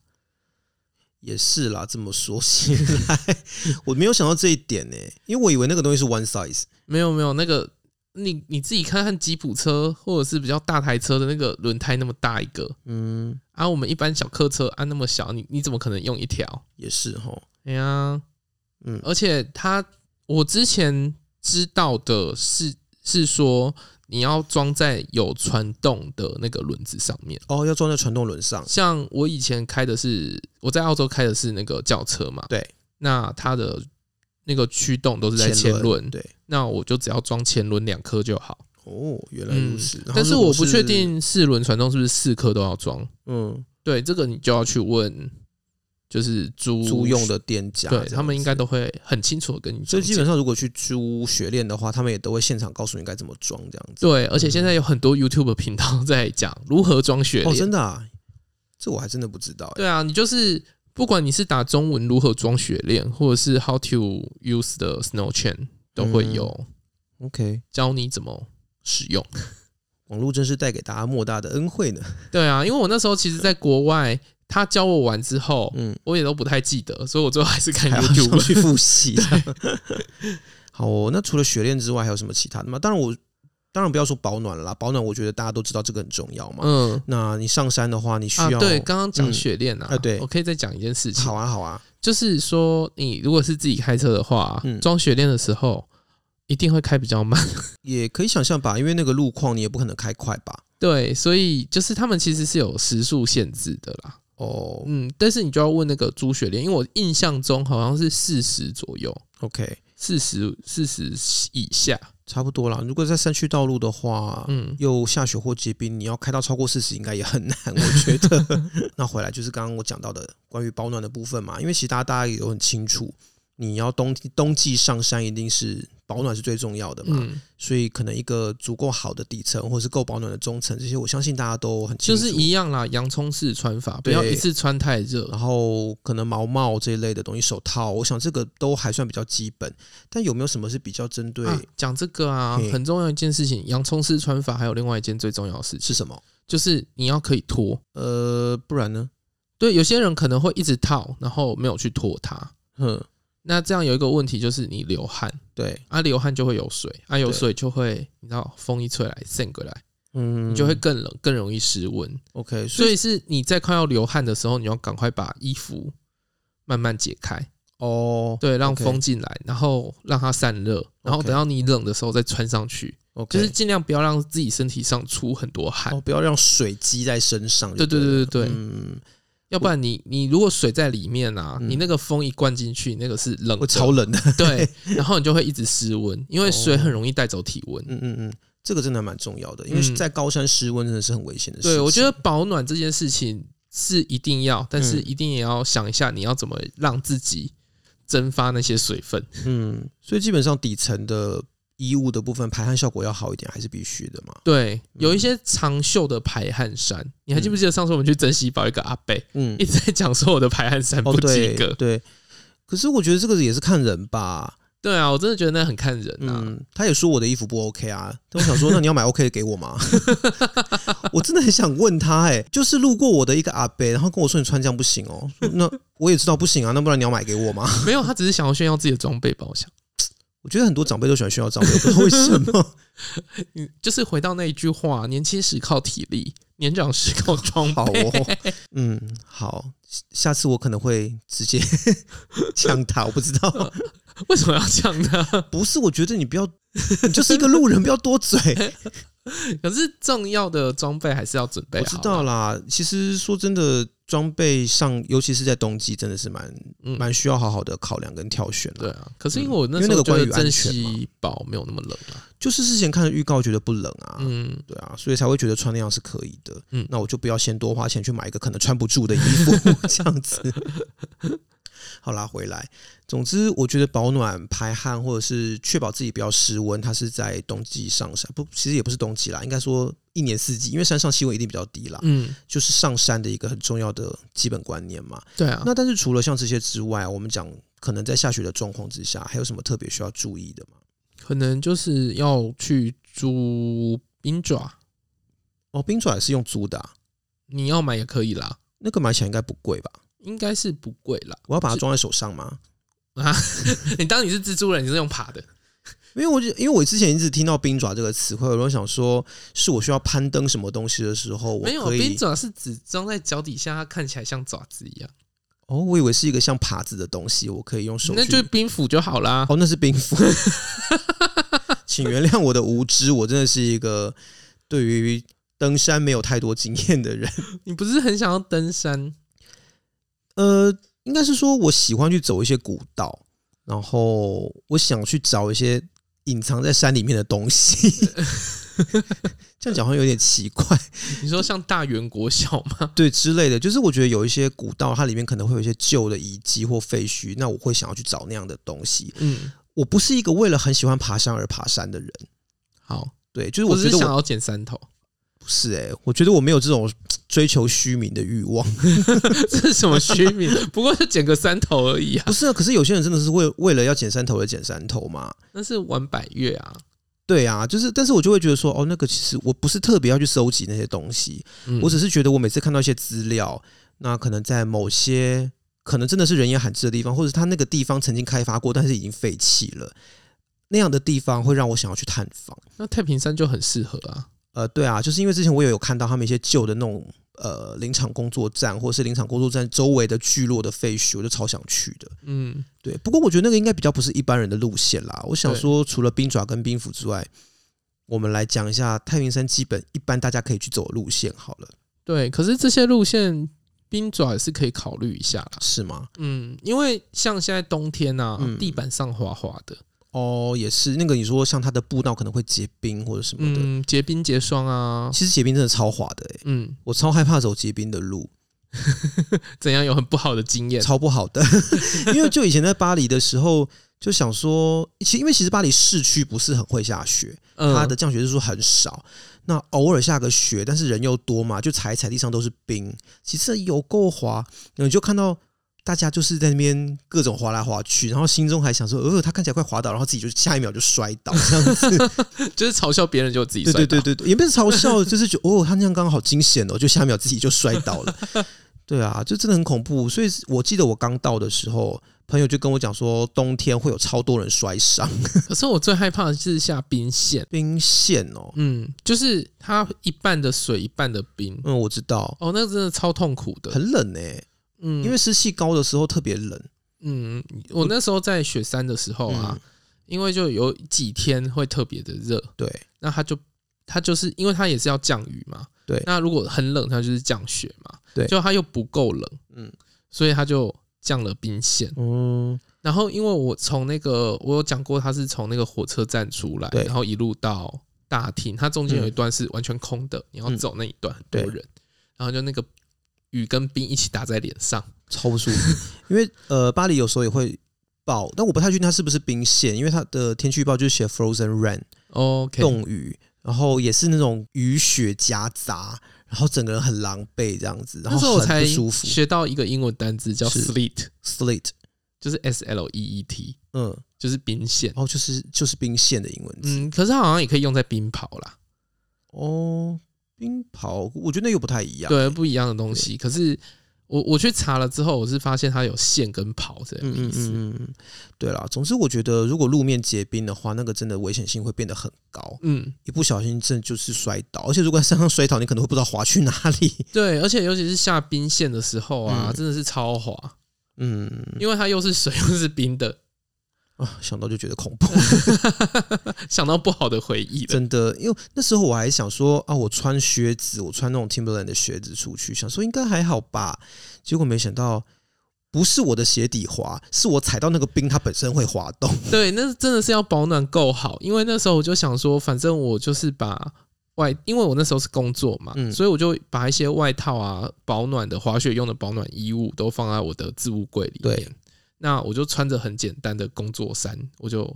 [SPEAKER 2] 也是啦，这么说起来， [LAUGHS] 我没有想到这一点呢、因为我以为那个东西是 one size。
[SPEAKER 1] 没有没有，那个你你自己看看吉普车或者是比较大台车的那个轮胎那么大一个，
[SPEAKER 2] 嗯，
[SPEAKER 1] 啊，我们一般小客车啊那么小，你你怎么可能用一条？
[SPEAKER 2] 也是哈。
[SPEAKER 1] 哎呀，
[SPEAKER 2] 嗯
[SPEAKER 1] 而且它我之前知道的是是说你要装在有传动的那个轮子上面。
[SPEAKER 2] 哦，要装在传动轮上。
[SPEAKER 1] 像我以前开的是我在澳洲开的是那个轿车嘛，
[SPEAKER 2] 对，
[SPEAKER 1] 那它的那个驱动都是在前轮，
[SPEAKER 2] 对，
[SPEAKER 1] 那我就只要装前轮两颗就好。
[SPEAKER 2] 哦，原来如此。然后
[SPEAKER 1] 嗯但是
[SPEAKER 2] 如果
[SPEAKER 1] 我不确，定四轮传动是不是四颗都要装，
[SPEAKER 2] 嗯，
[SPEAKER 1] 对，这个你就要去问，就是租
[SPEAKER 2] 租用，的店家，
[SPEAKER 1] 对他们应该
[SPEAKER 2] 都。
[SPEAKER 1] 都会很清楚的跟你
[SPEAKER 2] 所
[SPEAKER 1] 讲
[SPEAKER 2] 以基
[SPEAKER 1] 解。
[SPEAKER 2] 本上，如果去租雪链的话，他们也都会现场告诉你该怎么装这样子。
[SPEAKER 1] 对，而且现在有很多 YouTube 频道在讲如何装雪
[SPEAKER 2] 哦，
[SPEAKER 1] 链。
[SPEAKER 2] 真的啊，这我还真的不知道、欸。
[SPEAKER 1] 对啊，你就是不管你是打中文如何装雪链，或者是 How to use the snow chain，都
[SPEAKER 2] 嗯
[SPEAKER 1] 会有
[SPEAKER 2] OK，
[SPEAKER 1] 教你怎么使用。
[SPEAKER 2] 网络真是带给大家莫大的恩惠呢。
[SPEAKER 1] 对啊，因为我那时候其实在国外，他教我完之后，
[SPEAKER 2] 嗯，
[SPEAKER 1] 我也都不太记得，所以我最后还是看 [LAUGHS]
[SPEAKER 2] 还要上
[SPEAKER 1] YouTube。
[SPEAKER 2] 去复习。 [LAUGHS] 好哦，那除了雪链之外，还有什么其他的吗？当然我，当然不要说保暖了啦，保暖我觉得大家都知道这个很重要嘛。
[SPEAKER 1] 嗯
[SPEAKER 2] 那你上山的话，你需
[SPEAKER 1] 啊，
[SPEAKER 2] 要、
[SPEAKER 1] 对，刚刚讲雪链啊，
[SPEAKER 2] 嗯啊对
[SPEAKER 1] 我可以再讲一件事情，
[SPEAKER 2] 好啊好啊，
[SPEAKER 1] 就是说你如果是自己开车的话
[SPEAKER 2] 嗯，
[SPEAKER 1] 装雪链的时候一定会开比较慢。 [LAUGHS]
[SPEAKER 2] 也可以想象吧，因为那个路况你也不可能开快吧。
[SPEAKER 1] 对，所以就是他们其实是有时速限制的啦。
[SPEAKER 2] 哦、
[SPEAKER 1] 嗯，但是你就要问那个朱雪莲，因为我印象中好像是四十左右，
[SPEAKER 2] o k
[SPEAKER 1] 四十四十以下。
[SPEAKER 2] 差不多啦。如果在山区道路的话，
[SPEAKER 1] 嗯，
[SPEAKER 2] 又下雪或结冰，你要开到超过四十应该也很难，我觉得。
[SPEAKER 1] [LAUGHS]
[SPEAKER 2] 那回来就是刚刚我讲到的关于保暖的部分嘛，因为其实大家大家也都很清楚，你要冬冬季上山一定是保暖是最重要的嘛，
[SPEAKER 1] 嗯，
[SPEAKER 2] 所以可能一个足够好的底层或是够保暖的中层，这些我相信大家都很清
[SPEAKER 1] 就
[SPEAKER 2] 楚。
[SPEAKER 1] 是一样啦，洋葱式穿法，不
[SPEAKER 2] 对哦
[SPEAKER 1] 要一次穿太热。
[SPEAKER 2] 然后可能毛帽这一类的东西，手套，我想这个都还算比较基本。但有没有什么是比较针对、
[SPEAKER 1] 啊讲、这个啊
[SPEAKER 2] 嘿，
[SPEAKER 1] 很重要一件事情，洋葱式穿法还有另外一件最重要的事情，
[SPEAKER 2] 是什么？
[SPEAKER 1] 就是你要可以脱。
[SPEAKER 2] 呃，不然呢？
[SPEAKER 1] 对，有些人可能会一直套，然后没有去脱它。
[SPEAKER 2] 哼，
[SPEAKER 1] 那这样有一个问题就是你流汗
[SPEAKER 2] 对，
[SPEAKER 1] 啊，流汗就会有水啊，有
[SPEAKER 2] 对
[SPEAKER 1] 水就会你知道风一吹来散过来，
[SPEAKER 2] 嗯，
[SPEAKER 1] 你就会更冷，更容易失温。
[SPEAKER 2] OK，所
[SPEAKER 1] 所
[SPEAKER 2] 以
[SPEAKER 1] 以是你在快要流汗的时候，你要赶快把衣服慢慢解开，
[SPEAKER 2] 哦，
[SPEAKER 1] 对，让
[SPEAKER 2] OK
[SPEAKER 1] 风进来，然后让它散热，然后
[SPEAKER 2] OK
[SPEAKER 1] 等到你冷的时候再穿上去，
[SPEAKER 2] OK，
[SPEAKER 1] 就是尽量不要让自己身体上出很多汗
[SPEAKER 2] 哦，。不要让水积在身上
[SPEAKER 1] 对
[SPEAKER 2] 就
[SPEAKER 1] 对
[SPEAKER 2] 了。
[SPEAKER 1] 对对对，
[SPEAKER 2] 嗯，
[SPEAKER 1] 要不然你你如果水在里面啊，
[SPEAKER 2] 嗯
[SPEAKER 1] 你那个风一灌进去，那个是冷
[SPEAKER 2] 我
[SPEAKER 1] 的，
[SPEAKER 2] 超冷的。
[SPEAKER 1] 对，然后你就会一直失温，因为水
[SPEAKER 2] 哦
[SPEAKER 1] 很容易带走体温。
[SPEAKER 2] 嗯嗯嗯，这个真的蛮重要的，因为
[SPEAKER 1] 嗯
[SPEAKER 2] 在高山失温真的是很危险的事情。
[SPEAKER 1] 对，我觉得保暖这件事情是一定要，但是
[SPEAKER 2] 嗯
[SPEAKER 1] 一定也要想一下你要怎么让自己蒸发那些水分。
[SPEAKER 2] 嗯，所以基本上底层的衣物的部分排汗效果要好一点，还是必须的嘛。
[SPEAKER 1] 对，有一
[SPEAKER 2] 嗯
[SPEAKER 1] 些长袖的排汗衫，你还记不记得上次我们去珍惜堡一个阿贝
[SPEAKER 2] 嗯
[SPEAKER 1] 一，直在讲说我的排汗衫
[SPEAKER 2] 哦
[SPEAKER 1] 不及
[SPEAKER 2] 对
[SPEAKER 1] 格？
[SPEAKER 2] 对，可是我觉得这个也是看人吧。
[SPEAKER 1] 对啊，我真的觉得那很看人啊。
[SPEAKER 2] 嗯，他也说我的衣服不 OK 啊，但我想说，那你要买 OK 的给我吗？我真的很想问他、欸，就是路过我的一个阿伯，然后跟我说你穿这样不行哦、那我也知道不行啊，那不然你要买给我吗？
[SPEAKER 1] 没有，他只是想要炫耀自己的装备吧？我想，
[SPEAKER 2] 我觉得很多长辈都喜欢炫耀长辈，我不知道为什么。
[SPEAKER 1] 嗯，就是回到那一句话：年轻时靠体力，年长时靠装
[SPEAKER 2] 好
[SPEAKER 1] 备。
[SPEAKER 2] 哦，嗯，好，下次我可能会直接 [LAUGHS] 呛他，我不知道。
[SPEAKER 1] 为什么要这样呢？ [LAUGHS]
[SPEAKER 2] 不是，我觉得你不要，你就是一个路人，不要多嘴。
[SPEAKER 1] 可是重要的装备还是要准备
[SPEAKER 2] 我
[SPEAKER 1] 好。
[SPEAKER 2] 知道，啦，其实说真的，装备上，尤其是在冬季，真的是蛮
[SPEAKER 1] 嗯，
[SPEAKER 2] 蛮需要好好的考量跟挑选的。
[SPEAKER 1] 对啊。可是因为我那
[SPEAKER 2] 嗯因为
[SPEAKER 1] 时
[SPEAKER 2] 那
[SPEAKER 1] 候
[SPEAKER 2] 个
[SPEAKER 1] 觉
[SPEAKER 2] 关于
[SPEAKER 1] 得珍
[SPEAKER 2] 安全嘛
[SPEAKER 1] 惜堡没有那么冷啊。
[SPEAKER 2] 就是之前看的预告觉得不冷啊，
[SPEAKER 1] 嗯，
[SPEAKER 2] 对啊，所以才会觉得穿那样是可以的。
[SPEAKER 1] 嗯
[SPEAKER 2] [LAUGHS] 那我就不要先多花钱去买一个可能穿不住的衣服，这样子。好拉回来。总之，我觉得保暖、排汗或者是确保自己不要失温，它是在冬季上山不，其实也不是冬季啦，应该说一年四季，因为山上气温一定比较低啦，
[SPEAKER 1] 嗯，
[SPEAKER 2] 就是上山的一个很重要的基本观念嘛。
[SPEAKER 1] 对啊，
[SPEAKER 2] 那但是除了像这些之外，啊我们讲可能在下雪的状况之下，还有什么特别需要注意的吗？
[SPEAKER 1] 可能就是要去租冰爪，
[SPEAKER 2] 哦，冰爪也是用租的、啊，
[SPEAKER 1] 你要买也可以啦，
[SPEAKER 2] 那个买起来应该不贵吧？
[SPEAKER 1] 应该是不贵啦。
[SPEAKER 2] 我要把它装在手上吗？
[SPEAKER 1] 你当你是蜘蛛人，你是用爬的，
[SPEAKER 2] 因为我就因为我之前一直听到冰爪这个词汇，我就想说，是我需要攀登什么东西的时候，我
[SPEAKER 1] 没有
[SPEAKER 2] 可以
[SPEAKER 1] 冰爪是指装在脚底下，它看起来像爪子一样，
[SPEAKER 2] 哦，我以为是一个像耙子的东西，我可以用手去。
[SPEAKER 1] 那就是冰斧就好啦。
[SPEAKER 2] 哦，那是冰斧。 [LAUGHS] 请原谅我的无知，我真的是一个对于登山没有太多经验的人。
[SPEAKER 1] 你不是很想要登山？
[SPEAKER 2] 呃，应该是说我喜欢去走一些古道，然后我想去找一些隐藏在山里面的东西。 [LAUGHS] 这样讲好像有点奇 [LAUGHS] 怪，
[SPEAKER 1] 你说像大圆国小吗？
[SPEAKER 2] 对之类的，就是我觉得有一些古道，它里面可能会有一些旧的遗迹或废墟，那我会想要去找那样的东西。
[SPEAKER 1] 嗯，
[SPEAKER 2] 我不是一个为了很喜欢爬山而爬山的人，
[SPEAKER 1] [LAUGHS] 好，
[SPEAKER 2] 对，就是
[SPEAKER 1] 我
[SPEAKER 2] 我
[SPEAKER 1] 只
[SPEAKER 2] 觉
[SPEAKER 1] 是
[SPEAKER 2] 得
[SPEAKER 1] 想
[SPEAKER 2] 我
[SPEAKER 1] 要剪三头，
[SPEAKER 2] 不是哎、我觉得我没有这种追求虚名的欲望，啊
[SPEAKER 1] 这是什么虚名？ [LAUGHS] 不过就剪个三头而已啊，
[SPEAKER 2] 不是啊。可是有些人真的是为为了要剪山头而剪山头嘛，
[SPEAKER 1] 那是玩百越啊。
[SPEAKER 2] 对啊，就是，但是我就会觉得说，哦，那个其实我不是特别要去收集那些东西，
[SPEAKER 1] 嗯
[SPEAKER 2] 我只是觉得我每次看到一些资料，那可能在某些可能真的是人烟罕至的地方，或者是它那个地方曾经开发过，但是已经废弃了，那样的地方会让我想要去探访。
[SPEAKER 1] 那太平山就很适合啊。
[SPEAKER 2] 呃，对啊，就是因为之前我也有看到他们一些旧的那种呃林场工作站，或者是林场工作站周围的聚落的废墟，我就超想去的。
[SPEAKER 1] 嗯，
[SPEAKER 2] 对，不过我觉得那个应该比较不是一般人的路线啦。我想
[SPEAKER 1] 对
[SPEAKER 2] 说，除了冰爪跟冰斧之外，我们来讲一下太平山基本一般大家可以去走的路线好了，
[SPEAKER 1] 对。可是这些路线冰爪也是可以考虑一下啦。
[SPEAKER 2] 是吗？
[SPEAKER 1] 嗯，因为像现在冬天啊，
[SPEAKER 2] 嗯
[SPEAKER 1] 地板上滑滑的，
[SPEAKER 2] 哦，也是那个你说像它的步道可能会结冰或者什么的，
[SPEAKER 1] 嗯，结冰结霜啊，
[SPEAKER 2] 其实结冰真的超滑的、欸，
[SPEAKER 1] 嗯，
[SPEAKER 2] 我超害怕走结冰的路，
[SPEAKER 1] 怎样有很不好的经验？
[SPEAKER 2] 超不好 [LAUGHS] 的。因为就以前在巴黎的时候，就想说，其实因为其实巴黎市区不是很会下雪，
[SPEAKER 1] 嗯
[SPEAKER 2] 它的降雪日数很少，那偶尔下个雪，但是人又多嘛，就踩一踩地上都是冰，其实有够滑。然后你就看到大家就是在那边各种滑来滑去，然后心中还想说，呃，他看起来快滑倒，然后自己就下一秒就摔倒，这样子。
[SPEAKER 1] [LAUGHS] 就是嘲笑别人，就自己
[SPEAKER 2] [LAUGHS] 对
[SPEAKER 1] 摔
[SPEAKER 2] 对
[SPEAKER 1] 倒
[SPEAKER 2] 对对对，也不是嘲笑，就是觉得哦，他那样刚刚好惊险哦，就下一秒自己就摔倒了。 [LAUGHS] 对啊，就真的很恐怖。所以我记得我刚到的时候，朋友就跟我讲说，冬天会有超多人摔伤，
[SPEAKER 1] 可是我最害怕的是下冰线，
[SPEAKER 2] 冰线哦。
[SPEAKER 1] 嗯，就是它一半的水，一半的冰，
[SPEAKER 2] 嗯，我知道，
[SPEAKER 1] 哦，那真的超痛苦的。
[SPEAKER 2] 很冷哎、
[SPEAKER 1] 嗯，
[SPEAKER 2] 因为湿气高的时候特别冷。
[SPEAKER 1] 嗯，我那时候在雪山的时候
[SPEAKER 2] 嗯
[SPEAKER 1] 啊，因为就有几天会特别的热，
[SPEAKER 2] 对，
[SPEAKER 1] 那它就它就是因为它也是要降雨嘛，
[SPEAKER 2] 对
[SPEAKER 1] 那如果很冷，它就是降雪嘛，
[SPEAKER 2] 对
[SPEAKER 1] 就它又不够冷，
[SPEAKER 2] 嗯
[SPEAKER 1] 所以它就降了冰线。
[SPEAKER 2] 嗯，
[SPEAKER 1] 然后因为我从那个我有讲过，它是从那个火车站出来，
[SPEAKER 2] 对
[SPEAKER 1] 然后一路到大厅，它中间有一
[SPEAKER 2] 嗯
[SPEAKER 1] 段是完全空的，你要
[SPEAKER 2] 嗯
[SPEAKER 1] 走那一段很多
[SPEAKER 2] 对
[SPEAKER 1] 人，然后就那个雨跟冰一起打在脸上，
[SPEAKER 2] 超不舒服。 [LAUGHS] 因为呃，巴黎有时候也会爆，但我不太确定它是不是冰线，因为它的天气预报就是写 frozen rain
[SPEAKER 1] OK，
[SPEAKER 2] 冻雨，然后也是那种雨雪夹杂，然后整个人很狼狈这样子，然
[SPEAKER 1] 那时候
[SPEAKER 2] 后
[SPEAKER 1] 我
[SPEAKER 2] 很
[SPEAKER 1] 才
[SPEAKER 2] 不舒服。
[SPEAKER 1] 学到一个英文单字叫
[SPEAKER 2] 是
[SPEAKER 1] sleet，
[SPEAKER 2] Slate，
[SPEAKER 1] 就是 S L E E T，
[SPEAKER 2] 嗯，然
[SPEAKER 1] 就是冰线。
[SPEAKER 2] 后就是就是冰线的英文字、
[SPEAKER 1] 嗯，可是它好像也可以用在冰雹啦，
[SPEAKER 2] 哦。冰雹，我觉得那又不太一样。
[SPEAKER 1] 对，不一样的东西。可是我我去查了之后，我是发现它有线跟刨这
[SPEAKER 2] 嗯
[SPEAKER 1] 样的
[SPEAKER 2] 嗯
[SPEAKER 1] 意思。
[SPEAKER 2] 嗯嗯嗯，对啦，总之我觉得，如果路面结冰的话，那个真的危险性会变得很高。
[SPEAKER 1] 嗯，
[SPEAKER 2] 一不小心真的就是摔倒，而且如果在山上摔倒，你可能会不知道滑去哪里。 [LAUGHS]
[SPEAKER 1] 对，而且尤其是下冰线的时候啊，
[SPEAKER 2] 嗯
[SPEAKER 1] 真的是超滑，
[SPEAKER 2] 嗯，
[SPEAKER 1] 因为它又是水又是冰的，
[SPEAKER 2] 啊，想到就觉得恐怖，
[SPEAKER 1] 想到不好的回忆了。
[SPEAKER 2] [LAUGHS] 真的。因为那时候我还想说啊，我穿靴子，我穿那种 Timberland 的靴子出去，想说应该还好吧。结果没想到，不是我的鞋底滑，是我踩到那个冰，它本身会滑动。 [LAUGHS]
[SPEAKER 1] 对，那真的是要保暖够好，因为那时候我就想说，反正我就是把。外，因为我那时候是工作嘛，
[SPEAKER 2] 嗯
[SPEAKER 1] 所以我就把一些外套啊、保暖的、滑雪用的保暖衣物都放在我的置物柜里面
[SPEAKER 2] 对。
[SPEAKER 1] 那我就穿着很简单的工作衫，我就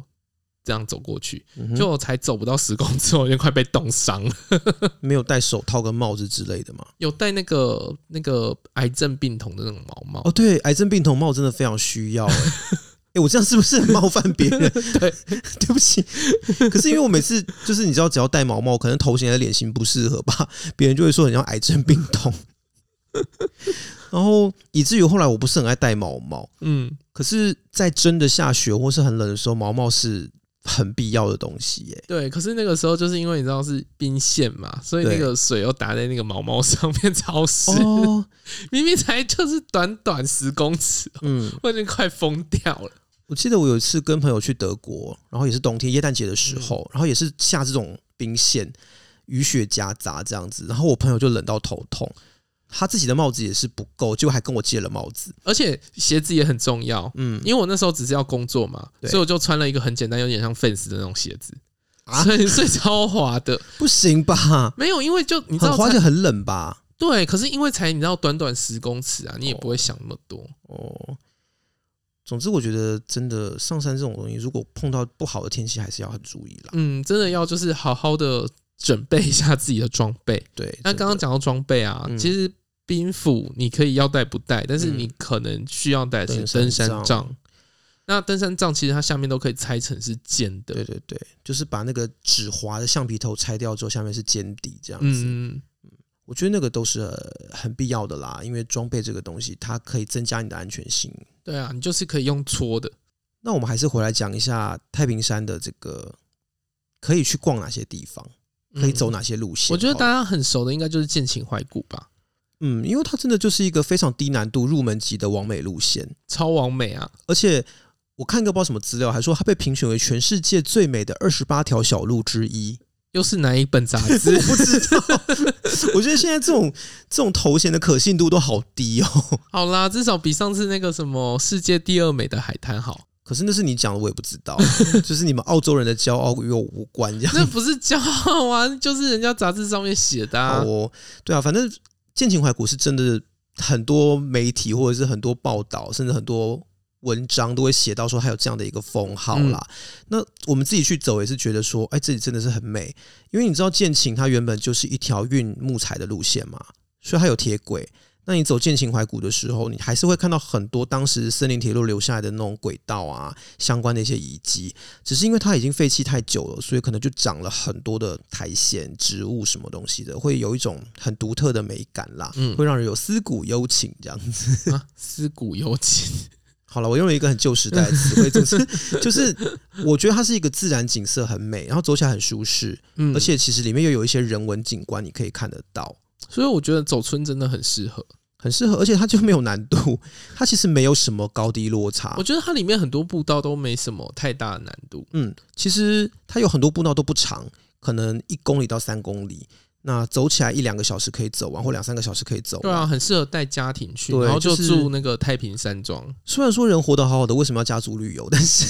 [SPEAKER 1] 这样走过去，
[SPEAKER 2] 嗯哼
[SPEAKER 1] 就我才走不到十公尺，我就快被冻伤了。
[SPEAKER 2] 没有戴手套跟帽子之类的嘛。
[SPEAKER 1] 有戴那个那个癌症病童的那种毛帽
[SPEAKER 2] 哦，，对，癌症病童帽真的非常需要、欸。哎、我这样是不是很冒犯别人？
[SPEAKER 1] 对，
[SPEAKER 2] 对不起。可是因为我每次就是你知道，只要戴毛帽，可能头型还是脸型不适合吧，别人就会说很像癌症病童。然后以至于后来我不是很爱戴毛毛，
[SPEAKER 1] 嗯，
[SPEAKER 2] 可是，在真的下雪或是很冷的时候，毛毛是很必要的东西欸耶、
[SPEAKER 1] 对。可是那个时候就是因为你知道是冰线嘛，所以那
[SPEAKER 2] 对
[SPEAKER 1] 个水又打在那个毛毛上面， [LAUGHS] 超湿。
[SPEAKER 2] 哦，
[SPEAKER 1] 明明才就是短短十公尺，
[SPEAKER 2] 嗯，
[SPEAKER 1] 我已经快疯掉了。
[SPEAKER 2] 我记得我有一次跟朋友去德国，然后也是冬天耶诞节的
[SPEAKER 1] 嗯
[SPEAKER 2] 时候，然后也是下这种冰线，雨雪夹杂这样子，然后我朋友就冷到头痛，他自己的帽子也是不够，结果还跟我借了帽子。
[SPEAKER 1] 而且鞋子也很重要，
[SPEAKER 2] 嗯，
[SPEAKER 1] 因为我那时候只是要工作嘛，
[SPEAKER 2] 对
[SPEAKER 1] 所以我就穿了一个很简单，有点像 fans 的那种鞋子，
[SPEAKER 2] 啊
[SPEAKER 1] 所以所以超滑的。
[SPEAKER 2] 不行 [LAUGHS] 吧？
[SPEAKER 1] 没有，因为就你知
[SPEAKER 2] 很
[SPEAKER 1] 道
[SPEAKER 2] 滑
[SPEAKER 1] 才，
[SPEAKER 2] 就很冷吧？
[SPEAKER 1] 对，可是因为才你知道短短十公尺啊，你也不会想那么多。
[SPEAKER 2] 哦。总之，我觉得真的上山这种东西，如果碰到不好的天气，还是要很注意啦。
[SPEAKER 1] 嗯，真的要就是好好的准备一下自己的装备。
[SPEAKER 2] 对，
[SPEAKER 1] 那
[SPEAKER 2] 真的
[SPEAKER 1] 刚刚讲到装备啊，
[SPEAKER 2] 嗯
[SPEAKER 1] 其实冰斧你可以要带不带，但是
[SPEAKER 2] 嗯
[SPEAKER 1] 你可能需要带的是登
[SPEAKER 2] 登
[SPEAKER 1] 山
[SPEAKER 2] 山
[SPEAKER 1] 杖。
[SPEAKER 2] 杖
[SPEAKER 1] 那登山杖其实它下面都可以拆成是尖的，
[SPEAKER 2] 对对对，就是把那个纸滑的橡皮头拆掉之后，下面是尖底这样子。
[SPEAKER 1] 嗯，嗯
[SPEAKER 2] 我觉得那个都是呃很必要的啦，因为装备这个东西，它可以增加你的安全性。
[SPEAKER 1] 对啊，你就是可以用搓的。
[SPEAKER 2] 那我们还是回来讲一下太平山的这个可以去逛哪些地方，可以
[SPEAKER 1] 嗯
[SPEAKER 2] 走哪些路线。
[SPEAKER 1] 我觉得大
[SPEAKER 2] 哦
[SPEAKER 1] 家很熟的应该就是剑琴怀古吧，
[SPEAKER 2] 嗯，因为它真的就是一个非常低难度入门级的完美路线，
[SPEAKER 1] 超完美啊！
[SPEAKER 2] 而且我看个不知道什么资料，还说它被评选为全世界最美的二十八条小路之
[SPEAKER 1] [LAUGHS]
[SPEAKER 2] 一。
[SPEAKER 1] 又是哪一本杂
[SPEAKER 2] 我
[SPEAKER 1] 志？ [LAUGHS]
[SPEAKER 2] 不知道， [LAUGHS] 我觉得现在这种这种头衔的可信度都好低哦。
[SPEAKER 1] 好啦，至少比上次那个什么世界第二美的海滩好。 [LAUGHS]
[SPEAKER 2] 可是那是你讲的，我也不知道，就是你们澳洲人的骄傲与我无关这样。
[SPEAKER 1] 那不是骄傲啊，就是人家杂志上面写的、啊
[SPEAKER 2] 好。哦，对啊，反正剑琴怀古是真的，很多媒体或者是很多报道，甚至很多文章都会写到说还有这样的一个封号啦。那我们自己去走也是觉得说，哎，这里真的是很美，因为你知道剑琴它原本就是一条运木材的路线嘛，所以它有铁轨。那你走剑琴怀古的时候，你还是会看到很多当时森林铁路留下来的那种轨道啊，相关的一些遗迹。只是因为它已经废弃太久了，所以可能就长了很多的苔藓、植物什么东西的，会有一种很独特的美感啦，
[SPEAKER 1] 嗯
[SPEAKER 2] 会让人有思古幽情这样子。
[SPEAKER 1] 啊，尸骨幽情。
[SPEAKER 2] 好了，我用了一个很旧时代的词汇，
[SPEAKER 1] [LAUGHS]
[SPEAKER 2] 总之就是我觉得它是一个自然景色很美，然后走起来很舒适，
[SPEAKER 1] 嗯，
[SPEAKER 2] 而且其实里面又有一些人文景观你可以看得到。
[SPEAKER 1] 所以我觉得走村真的很适合。
[SPEAKER 2] 很适合，而且它就没有难度，它其实没有什么高低落差
[SPEAKER 1] 我。觉得它里面很多步道都没什么太大的难度。
[SPEAKER 2] 嗯，其实它有很多步道都不长，可能一公里到三公里，那走起来一两个小时可以走完，或两三个小时可以走
[SPEAKER 1] 对
[SPEAKER 2] 完。
[SPEAKER 1] 啊，很适合带家庭去，
[SPEAKER 2] 对
[SPEAKER 1] 然后就
[SPEAKER 2] 就是啊
[SPEAKER 1] 住那个太平山庄。
[SPEAKER 2] 虽然说人活得好好的，为什么要家族旅游？ [LAUGHS] 但是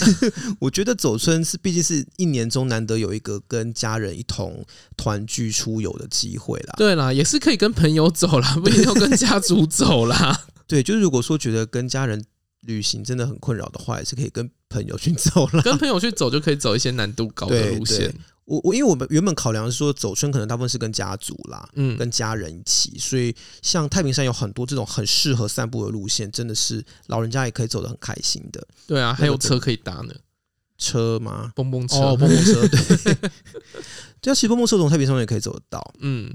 [SPEAKER 2] 我觉得走村是毕竟是一年中难得有一个跟家人一同团聚出游的机会啦。
[SPEAKER 1] 对啦，也是可以跟朋友走啦，不一定要跟家族走
[SPEAKER 2] [LAUGHS]
[SPEAKER 1] 啦。
[SPEAKER 2] 对，就是如果说觉得跟家人旅行真的很困扰的话，也是可以跟朋友去走啦。 [LAUGHS]
[SPEAKER 1] 跟朋友去走就可以走一些难度高的
[SPEAKER 2] 对
[SPEAKER 1] 路
[SPEAKER 2] 对
[SPEAKER 1] 线。
[SPEAKER 2] 我我因为我们原本考量是说走村可能大部分是跟家族啦，
[SPEAKER 1] 嗯，
[SPEAKER 2] 跟家人一起，所以像太平山有很多这种很适合散步的路线，真的是老人家也可以走得很开心的。
[SPEAKER 1] 对啊，还有
[SPEAKER 2] 那个
[SPEAKER 1] 车可以搭呢，
[SPEAKER 2] 车吗？
[SPEAKER 1] 蹦蹦车。
[SPEAKER 2] 哦，蹦蹦车，对， [LAUGHS] 对啊，其实蹦蹦车从太平山也可以走得到。
[SPEAKER 1] 嗯，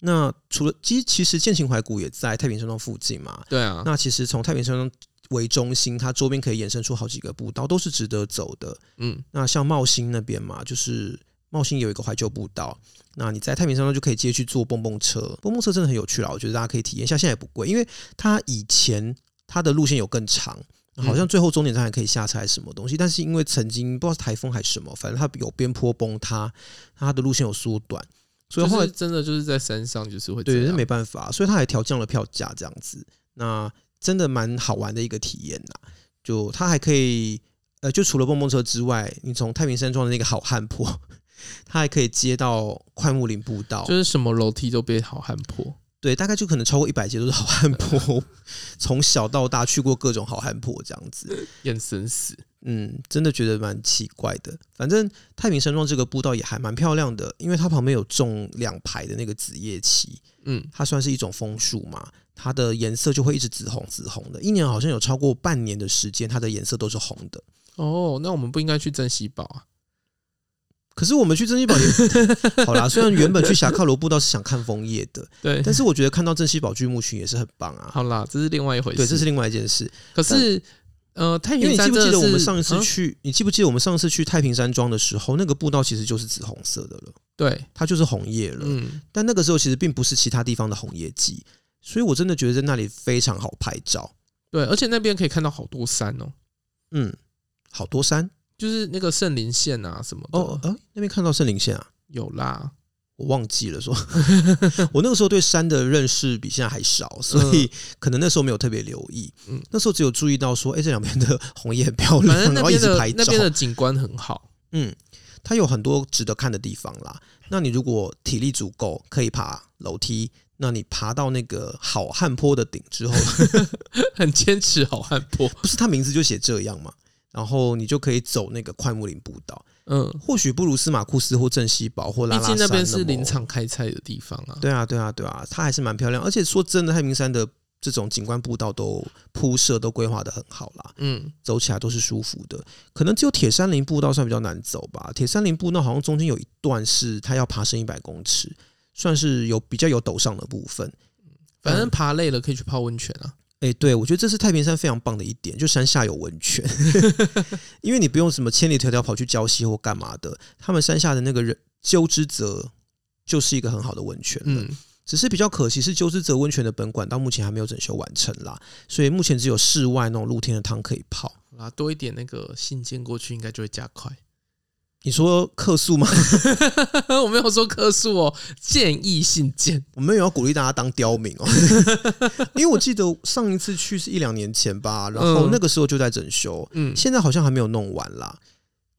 [SPEAKER 2] 那除了其实其实剑琴怀古也在太平山庄附近嘛，
[SPEAKER 1] 对啊，
[SPEAKER 2] 那其实从太平山庄为中心，它周边可以延伸出好几个步道，都是值得走的。
[SPEAKER 1] 嗯，
[SPEAKER 2] 那像茂兴那边嘛，就是茂兴有一个怀旧步道，那你在太平山庄就可以直接去坐蹦蹦车，蹦蹦车真的很有趣啦，我觉得大家可以体验一下，现在也不贵，因为它以前它的路线有更长。好像最后终点站还可以下车还是什么东西，但是因为曾经不知道是台风还是什么，反正它有边坡崩塌，它的路线有缩短，所以后
[SPEAKER 1] 就
[SPEAKER 2] 来
[SPEAKER 1] 是真的就是在山上就是会
[SPEAKER 2] 对，
[SPEAKER 1] 这
[SPEAKER 2] 那
[SPEAKER 1] 样
[SPEAKER 2] 没办法，所以他还调降了票价这样子，那真的蛮好玩的一个体验呐。就他还可以，呃，就除了蹦蹦车之外，你从太平山庄的那个好汉 [LAUGHS] 坡，他还可以接到快木林步道
[SPEAKER 1] 就，是什么楼梯都被好汉坡。
[SPEAKER 2] 对，大概就可能超过一百节都是好汉坡， [LAUGHS] 从小到大去过各种好汉坡这样子。
[SPEAKER 1] 眼神死。
[SPEAKER 2] 嗯，真的觉得蛮奇怪的。反正太平山庄这个步道也还蛮漂亮的，因为它旁边有种两排的那个紫叶漆，
[SPEAKER 1] 嗯，
[SPEAKER 2] 它算是一种枫树嘛，它的颜色就会一直紫红紫红的，一年好像有超过半年的时间，它的颜色都是红的。
[SPEAKER 1] 哦，那我们不应该去珍稀堡啊？
[SPEAKER 2] 可是我们去珍稀堡也 [LAUGHS] 好啦，虽然原本去侠客罗步道是想看枫叶的，
[SPEAKER 1] 对，
[SPEAKER 2] 但是我觉得看到珍稀堡巨木群也是很棒
[SPEAKER 1] [LAUGHS]
[SPEAKER 2] 啊。
[SPEAKER 1] 好啦，这是另外一回事。
[SPEAKER 2] 对，这是另外一件事。
[SPEAKER 1] 可是呃，太
[SPEAKER 2] 因为
[SPEAKER 1] 平
[SPEAKER 2] 你
[SPEAKER 1] 山
[SPEAKER 2] 记不记
[SPEAKER 1] 真
[SPEAKER 2] 得
[SPEAKER 1] 的
[SPEAKER 2] 我们
[SPEAKER 1] 是
[SPEAKER 2] 上一次
[SPEAKER 1] 啊
[SPEAKER 2] 去，你记不记得我们上次去太平山庄的时候，那个步道其实就是紫红色的了，
[SPEAKER 1] 对，
[SPEAKER 2] 它就是红叶了。
[SPEAKER 1] 嗯，
[SPEAKER 2] 但那个时候其实并不是其他地方的红叶季，所以我真的觉得在那里非常好拍照。
[SPEAKER 1] 对，而且那边可以看到好多山哦，
[SPEAKER 2] 嗯，好多山
[SPEAKER 1] 就是那个圣林线啊什么的，
[SPEAKER 2] 哦，呃，那边看到圣灵线啊，
[SPEAKER 1] 有啦，
[SPEAKER 2] [LAUGHS] 我忘记了
[SPEAKER 1] [LAUGHS]
[SPEAKER 2] 说，我那个时候对山的认识比现在还少，所以可能那时候没有特别留意。
[SPEAKER 1] 嗯
[SPEAKER 2] 那时候只有注意到说，哎、这两边的 [LAUGHS] 红叶很漂亮，
[SPEAKER 1] 反正那
[SPEAKER 2] 然后一
[SPEAKER 1] 边
[SPEAKER 2] 直
[SPEAKER 1] 的
[SPEAKER 2] 拍
[SPEAKER 1] 那
[SPEAKER 2] 照
[SPEAKER 1] 边。的景观很好，
[SPEAKER 2] 嗯，它有很多值得看的地方啦。那你如果体力足够，可以爬楼梯。那你爬到那个好汉坡的顶之后，
[SPEAKER 1] 很坚持好汉坡，
[SPEAKER 2] 不是它名字就写这样嘛？然后你就可以走那个快木林步道，
[SPEAKER 1] 嗯，
[SPEAKER 2] 或许不如司马库斯或镇西堡或拉
[SPEAKER 1] 毕
[SPEAKER 2] 拉山
[SPEAKER 1] 竟那边
[SPEAKER 2] 么
[SPEAKER 1] 是林场开采的地方啊，
[SPEAKER 2] 对啊，对啊，对啊，它还是蛮漂亮。而且说真的，太平山的这种景观步道都铺设都规划的很好啦，
[SPEAKER 1] 嗯，
[SPEAKER 2] 走起来都是舒服的。可能只有铁山林步道算比较难走吧。铁山林步道好像中间有一段是它要爬升一百公尺，算是有比较有陡上的部分。
[SPEAKER 1] 反
[SPEAKER 2] 嗯
[SPEAKER 1] 正爬累了可以去泡温泉啊，
[SPEAKER 2] 哎、对我觉得这是太平山非常棒的一点，就山下有温泉， [LAUGHS] 因为你不用什么千里迢迢跑去礁溪或干嘛的，他们山下的那个人鸠之泽就是一个很好的温泉了。
[SPEAKER 1] 嗯，
[SPEAKER 2] 只是比较可惜是鸠之泽温泉的本馆到目前还没有整修完成啦，所以目前只有室外那种露天的汤可以泡。
[SPEAKER 1] 好啦，多一点那个信件过去应该就会加快。 [LAUGHS]
[SPEAKER 2] 你说客诉吗？ [LAUGHS]
[SPEAKER 1] 我没有说客诉哦，建议信件，
[SPEAKER 2] 我们也要鼓励大家当刁民哦， [LAUGHS] 因为我记得上一次去是一两年前吧，然后
[SPEAKER 1] 嗯
[SPEAKER 2] 那个时候就在整修，
[SPEAKER 1] 嗯，
[SPEAKER 2] 现在好像还没有弄完啦。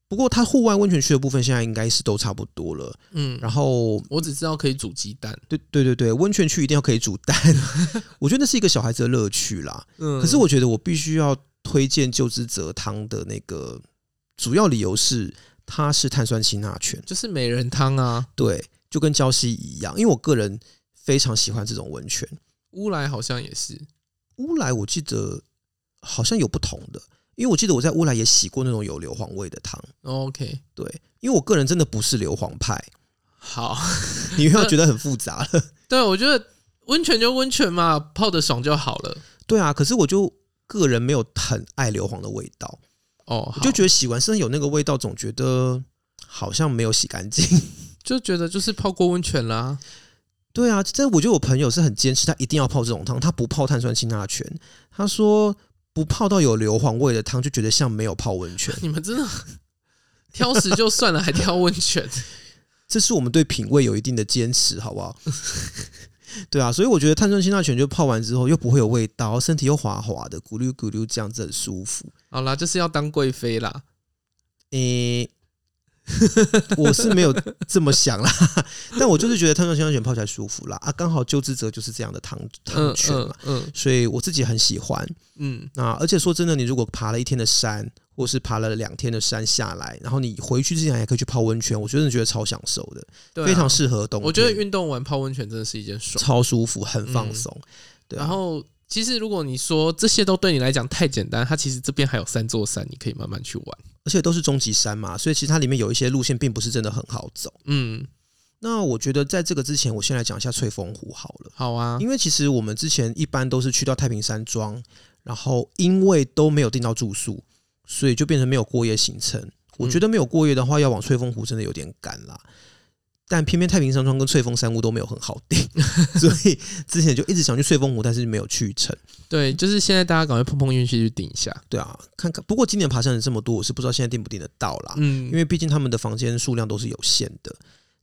[SPEAKER 2] 不过它户外温泉区的部分现在应该是都差不多了。
[SPEAKER 1] 嗯，
[SPEAKER 2] 然后，
[SPEAKER 1] 我只知道可以煮鸡蛋，
[SPEAKER 2] 对对对对，温泉区一定要可以煮蛋， [LAUGHS] 我觉得那是一个小孩子的乐趣啦。
[SPEAKER 1] 嗯，
[SPEAKER 2] 可是我觉得我必须要推荐旧之泽汤的那个主要理由是，它是碳酸氢钠泉，
[SPEAKER 1] 就是美人汤啊，
[SPEAKER 2] 对，就跟礁溪一样。因为我个人非常喜欢这种温泉，
[SPEAKER 1] 乌来好像也是，
[SPEAKER 2] 乌来我记得好像有不同的，因为我记得我在乌来也洗过那种有硫磺味的汤，
[SPEAKER 1] OK，
[SPEAKER 2] 对，因为我个人真的不是硫磺派，
[SPEAKER 1] 好， [LAUGHS]
[SPEAKER 2] 你又要觉得很复杂了， [LAUGHS]
[SPEAKER 1] 对我觉得温泉就温泉嘛，泡的爽就好了。
[SPEAKER 2] 对啊，可是我就个人没有很爱硫磺的味道，
[SPEAKER 1] 哦，
[SPEAKER 2] 我
[SPEAKER 1] 好
[SPEAKER 2] 就觉得洗完身上有那个味道，总觉得好像没有洗干净。 [LAUGHS]
[SPEAKER 1] 就觉得就是泡过温泉啦，
[SPEAKER 2] 对啊，但我觉得我朋友是很坚持，他一定要泡这种汤，他不泡碳酸氢钠泉。他说不泡到有硫磺味的汤，就觉得像没有泡温泉。
[SPEAKER 1] [LAUGHS]
[SPEAKER 2] [LAUGHS]
[SPEAKER 1] 你们真的 [LAUGHS] 挑食就算了，还挑温泉， [LAUGHS]
[SPEAKER 2] 这是我们对品味有一定的坚持，好不好？ [LAUGHS] 对啊，所以我觉得碳酸氢钠泉就泡完之后又不会有味道，身体又滑滑的，咕噜咕噜这样子很舒服。
[SPEAKER 1] 好啦，就是要当贵妃啦。
[SPEAKER 2] 诶、我是没有这么想啦，但我就是觉得碳酸氢钠泉泡起来舒服啦。啊，刚好鸠之泽就是这样的汤汤
[SPEAKER 1] 嗯
[SPEAKER 2] 泉嘛
[SPEAKER 1] 嗯，嗯
[SPEAKER 2] 所以我自己很喜欢。
[SPEAKER 1] 嗯，
[SPEAKER 2] 那而且说真的，你如果爬了一天的山，或是爬了两天的山下来，然后你回去之前还可以去泡温泉，我真的觉得超享受的，
[SPEAKER 1] 对啊
[SPEAKER 2] 非常适合冬天，
[SPEAKER 1] 我觉得运动完泡温泉真的是一件爽。
[SPEAKER 2] 超舒服，很放松。对啊、
[SPEAKER 1] 然后，其实如果你说这些都对你来讲太简单，它其实这边还有三座山，你可以慢慢去玩。
[SPEAKER 2] 而且都是终极山嘛，所以其实它里面有一些路线并不是真的很好走。
[SPEAKER 1] 嗯，
[SPEAKER 2] 那我觉得在这个之前，我先来讲一下翠峰湖好了，
[SPEAKER 1] 好啊，
[SPEAKER 2] 因为其实我们之前一般都是去到太平山庄，然后因为都没有订到住宿，所以就变成没有过夜行程。我
[SPEAKER 1] 嗯
[SPEAKER 2] 觉得没有过夜的话，要往翠峰湖真的有点赶啦。但偏偏太平山庄跟翠峰山屋都没有很好
[SPEAKER 1] [LAUGHS]
[SPEAKER 2] 订，所以之前就一直想去翠峰湖，但是没有去成。
[SPEAKER 1] 对，就是现在大家赶快碰碰运气去顶一下。
[SPEAKER 2] 对啊，看看。不过今年爬山人这么多，我是不知道现在订不订得到啦。
[SPEAKER 1] 嗯，
[SPEAKER 2] 因为毕竟他们的房间数量都是有限的。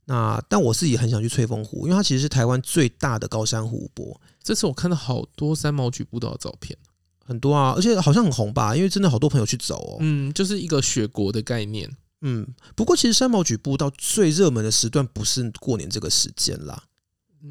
[SPEAKER 2] 那但我自己很想去翠峰湖，因为它其实是台湾最大的高山湖泊，
[SPEAKER 1] 这次我看到好多三毛举步道的照片。
[SPEAKER 2] 很多啊，而且好像很红吧，因为真的好多朋友去走哦。
[SPEAKER 1] 嗯，就是一个雪国的概念。
[SPEAKER 2] 嗯，不过其实山毛榉步道最热门的时段不是过年这个时间啦，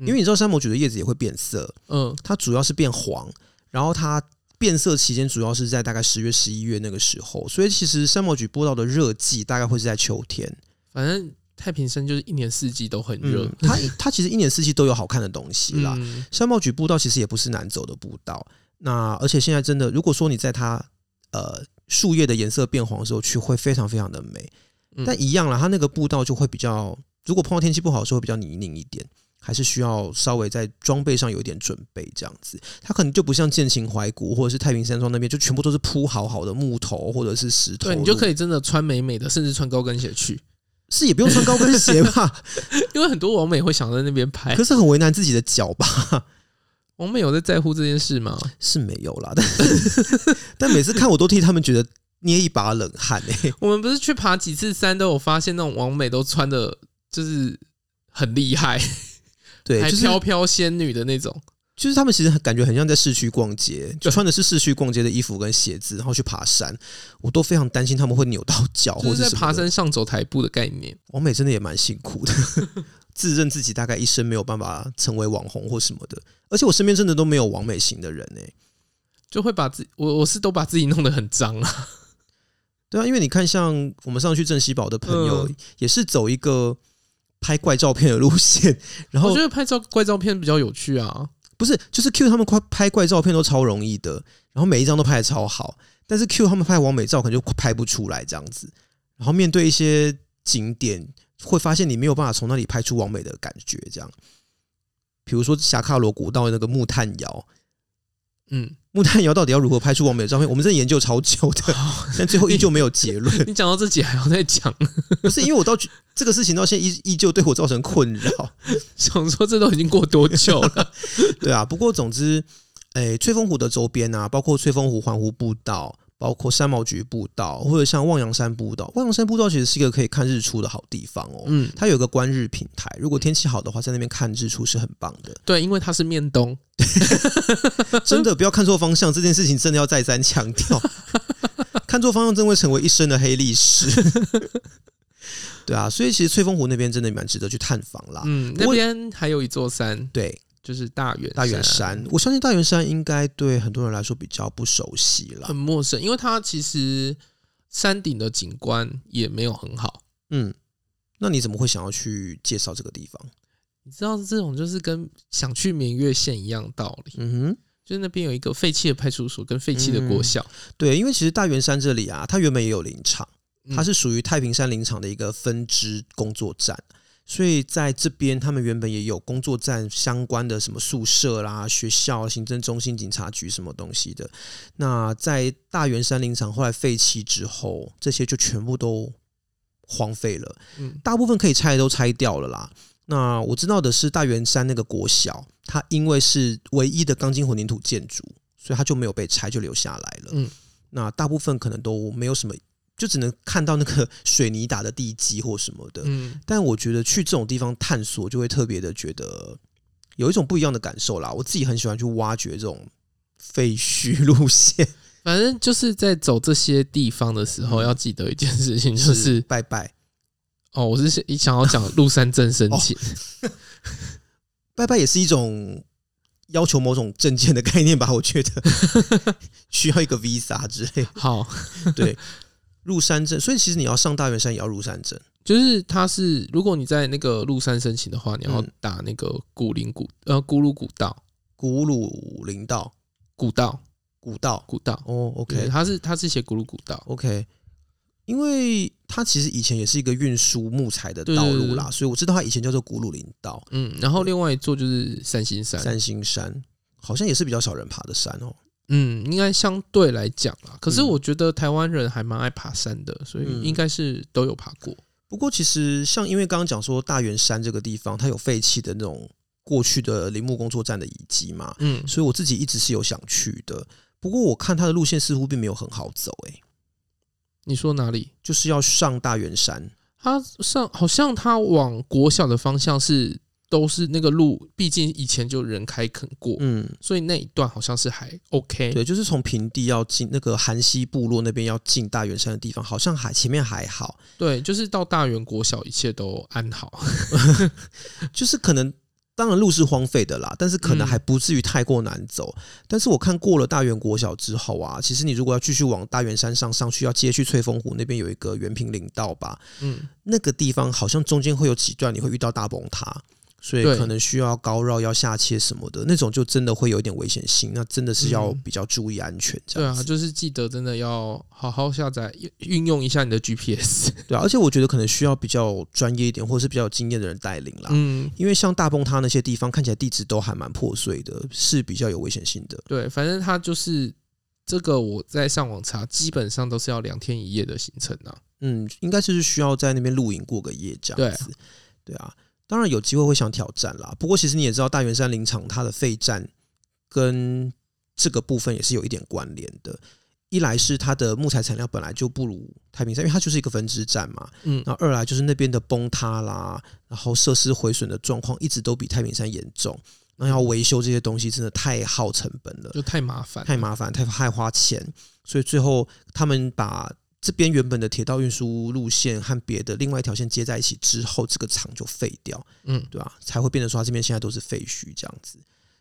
[SPEAKER 2] 因为你知道山魔榉的叶子也会变色，
[SPEAKER 1] 嗯
[SPEAKER 2] 它主要是变黄，然后它变色期间主要是在大概十月、十一月那个时候，所以其实山魔榉播到的热季大概会是在秋天。
[SPEAKER 1] 反正太平山就是一年四季都很热
[SPEAKER 2] 嗯，，它它其实一年四季都有好看的东西啦。
[SPEAKER 1] 嗯
[SPEAKER 2] 山毛榉步道其实也不是难走的步道，那而且现在真的，如果说你在它呃树叶的颜色变黄的时候去，会非常非常的美。
[SPEAKER 1] 嗯
[SPEAKER 2] 但一样啦，它那个步道就会比较，如果碰到天气不好的时候会比较泥泞一点，还是需要稍微在装备上有一点准备这样子。它可能就不像剑琴怀古或者是太平山庄那边，就全部都是铺好好的木头或者是石头
[SPEAKER 1] 对
[SPEAKER 2] 路，
[SPEAKER 1] 你就可以真的穿美美的，甚至穿高跟鞋去，
[SPEAKER 2] 是也不用穿高跟鞋
[SPEAKER 1] [LAUGHS]
[SPEAKER 2] 吧，
[SPEAKER 1] 因为很多网美会想在那边拍
[SPEAKER 2] 可。是很为难自己的脚吧。
[SPEAKER 1] 网美有在在乎这件事吗？
[SPEAKER 2] 是没有啦，但 [LAUGHS] 但每次看我都替他们觉得捏一把冷汗哎、
[SPEAKER 1] [LAUGHS] 我们不是去爬几次山都有发现，那种网美都穿的就是很厉害，
[SPEAKER 2] 对，
[SPEAKER 1] 还
[SPEAKER 2] 就是
[SPEAKER 1] 飘飘仙女的那种。
[SPEAKER 2] 就是他们其实很感觉很像在市区逛街，就穿的是市区逛街的衣服跟鞋子，然后去爬山，我都非常担心他们会扭到脚或
[SPEAKER 1] 就是
[SPEAKER 2] 者
[SPEAKER 1] 在
[SPEAKER 2] 什么
[SPEAKER 1] 爬
[SPEAKER 2] 的。
[SPEAKER 1] 山上走台步的概念。
[SPEAKER 2] 王美真的也蛮辛苦的， [LAUGHS] 自认自己大概一生没有办法成为网红或什么的，而且我身边真的都没有王美型的人哎、
[SPEAKER 1] 就会把自我我是都把自己弄得很脏啊，
[SPEAKER 2] 对啊，因为你看，像我们上去镇西堡的朋友，
[SPEAKER 1] 嗯
[SPEAKER 2] 也是走一个拍怪照片的路线，然后
[SPEAKER 1] [LAUGHS] 我觉得拍照怪照片比较有趣啊。
[SPEAKER 2] 不是，就是 Q 他们快拍怪照片都超容易的，然后每一张都拍的超好，但是 Q 他们拍完美照可能就拍不出来这样子。然后面对一些景点，会发现你没有办法从那里拍出完美的感觉，这样。比如说霞卡罗古道那个木炭窑，
[SPEAKER 1] 嗯，
[SPEAKER 2] 木炭窑到底要如何拍出完美的照片？我们真的研究超久的，但最后依旧没有结论。 [LAUGHS]
[SPEAKER 1] 你讲到这集还要再讲， [LAUGHS]
[SPEAKER 2] 不是因为我到这个事情到现在依依旧对我造成困扰，
[SPEAKER 1] 想说这都已经过多久了？
[SPEAKER 2] 对啊，不过总之，诶、翠峰湖的周边啊，包括翠峰湖环湖步道，包括山毛榉步道，或者像望洋山步道。望洋山步道其实是一个可以看日出的好地方哦。
[SPEAKER 1] [LAUGHS] 嗯，
[SPEAKER 2] 它有一个观日平台，如果天气好的话，在那边看日出是很棒
[SPEAKER 1] [LAUGHS]
[SPEAKER 2] 的。
[SPEAKER 1] 对，因为它是面东，
[SPEAKER 2] 真的不要看错方向，这件事情真的要再三强调， [LAUGHS] 看错方向真会成为一生的黑历史。 [LAUGHS] 对啊，所以其实翠峰湖那边真的蛮值得去探访啦。
[SPEAKER 1] 嗯，
[SPEAKER 2] 不
[SPEAKER 1] 那
[SPEAKER 2] 过
[SPEAKER 1] 边还有一座山，
[SPEAKER 2] 对，
[SPEAKER 1] 就是啊大圆
[SPEAKER 2] 大圆山，我相信大圆山应该对很多人来说比较不熟悉啦
[SPEAKER 1] 很。陌生，因为它其实山顶的景观也没有很好。
[SPEAKER 2] 嗯，那你怎么会想要去介绍这个地方？
[SPEAKER 1] 你知道这种就是跟想去明月县一样道理，
[SPEAKER 2] 嗯
[SPEAKER 1] 就是那边有一个废弃的派出所跟废弃的国小，
[SPEAKER 2] 哼，对，因为其实大圆山这里啊，它原本也有林场，
[SPEAKER 1] 嗯
[SPEAKER 2] 它是属于太平山林场的一个分支工作站，所以在这边他们原本也有工作站相关的什么宿舍啦、学校、行政中心、警察局什么东西的。那在大圆山林场后来废弃之后，这些就全部都荒废了。
[SPEAKER 1] 嗯
[SPEAKER 2] 大部分可以拆的都拆掉了啦。那我知道的是，大圆山那个国小，它因为是唯一的钢筋混凝土建筑，所以它就没有被拆，就留下来了。
[SPEAKER 1] 嗯，
[SPEAKER 2] 那大部分可能都没有什么，就只能看到那个水泥打的地基或什么的。
[SPEAKER 1] 嗯，
[SPEAKER 2] 但我觉得去这种地方探索，就会特别的觉得有一种不一样的感受啦。我自己很喜欢去挖掘这种废墟路线，
[SPEAKER 1] 反正就是在走这些地方的时候，
[SPEAKER 2] 嗯
[SPEAKER 1] 要记得一件事情， [LAUGHS] 就是
[SPEAKER 2] 拜拜。
[SPEAKER 1] 哦，我是一想要讲鹿山镇申请，
[SPEAKER 2] 拜拜也是一种要求某种证件的概念吧，我觉得 [LAUGHS] 需要一个 visa 之类。
[SPEAKER 1] [LAUGHS] 好，
[SPEAKER 2] 入山证，所以其实你要上大圆山也要入山证。
[SPEAKER 1] 就是它是如果你在那个鹿山申请的话，你要
[SPEAKER 2] 嗯
[SPEAKER 1] 打那个古林古呃咕噜古道
[SPEAKER 2] 古鲁林道
[SPEAKER 1] 古道
[SPEAKER 2] 古道，
[SPEAKER 1] 古道，
[SPEAKER 2] 哦
[SPEAKER 1] 对，
[SPEAKER 2] ，OK
[SPEAKER 1] 它是它是写咕噜古道，
[SPEAKER 2] OK，因为它其实以前也是一个运输木材的道路啦，所以我知道它以前叫做古鲁林道、
[SPEAKER 1] 嗯，然后另外一座就是三星山，
[SPEAKER 2] 三星山，好像也是比较少人爬的山哦。
[SPEAKER 1] 嗯，应该相对来讲啦，可是
[SPEAKER 2] 嗯
[SPEAKER 1] 我觉得台湾人还蛮爱爬山的，所以
[SPEAKER 2] 嗯
[SPEAKER 1] 应该是都有爬过，
[SPEAKER 2] 不过其实像因为刚刚讲说大圆山这个地方，它有废弃的那种过去的林木工作站的遗迹嘛，
[SPEAKER 1] 嗯，
[SPEAKER 2] 所以我自己一直是有想去的。不过我看它的路线似乎并没有很好走、欸，
[SPEAKER 1] 你说哪里？
[SPEAKER 2] 就是要上大圆山，
[SPEAKER 1] 它上好像它往国小的方向是都是那个路，毕竟以前就人开垦过，
[SPEAKER 2] 嗯，
[SPEAKER 1] 所以那一段好像是还 OK。
[SPEAKER 2] 对，就是从平地要进那个韩西部落那边要进大圆山的地方，好像还前面还好，
[SPEAKER 1] 对，就是到大园国小一切都安好。
[SPEAKER 2] 就是可能当然路是荒废的啦，但是可能还不至于太过难走。但是我看过了大园国小之后啊，其实你如果要继续往大园山上上去，要接去翠峰湖那边有一个原平林道吧，
[SPEAKER 1] 嗯，
[SPEAKER 2] 那个地方好像中间会有几段你会遇到大崩塌。所以
[SPEAKER 1] 对
[SPEAKER 2] 可能需要高绕、要下切什么的那种，就真的会有一点危险性。那真的是要
[SPEAKER 1] 嗯
[SPEAKER 2] 比较注意安全，这
[SPEAKER 1] [LAUGHS] 对
[SPEAKER 2] 样
[SPEAKER 1] 啊，
[SPEAKER 2] 子。
[SPEAKER 1] 就是记得真的要好好下载运用一下你的 GPS。
[SPEAKER 2] 对啊，而且我觉得可能需要比较专业一点，或者是比较有经验的人带领啦。
[SPEAKER 1] 嗯，
[SPEAKER 2] 因为像大崩塌那些地方，看起来地质都还蛮破碎的，是比较有危险性的。
[SPEAKER 1] [LAUGHS] 对，反正它就是这个，我在上网查，基本上都是要两天一夜的行程啊。
[SPEAKER 2] 嗯，应该是需要在那边露营过个夜这样子。对啊，当然有机会会想挑战啦。不过其实你也知道，大圆山林场它的废站跟这个部分也是有一点关联的。一来是它的木材产量本来就不如太平山，因为它就是一个分支站嘛。
[SPEAKER 1] 嗯，
[SPEAKER 2] 那二来就是那边的崩塌啦，然后设施毁损的状况一直都比太平山严重。那要维修这些东西真的太耗成本了，
[SPEAKER 1] 就太麻烦。
[SPEAKER 2] 太麻烦，太太花钱，所以最后他们把这边原本的铁道运输路线和别的另外一条线接在一起之后，这个厂就废掉，
[SPEAKER 1] 嗯，
[SPEAKER 2] 对吧、才会变得说它这边现在都是废墟这样子。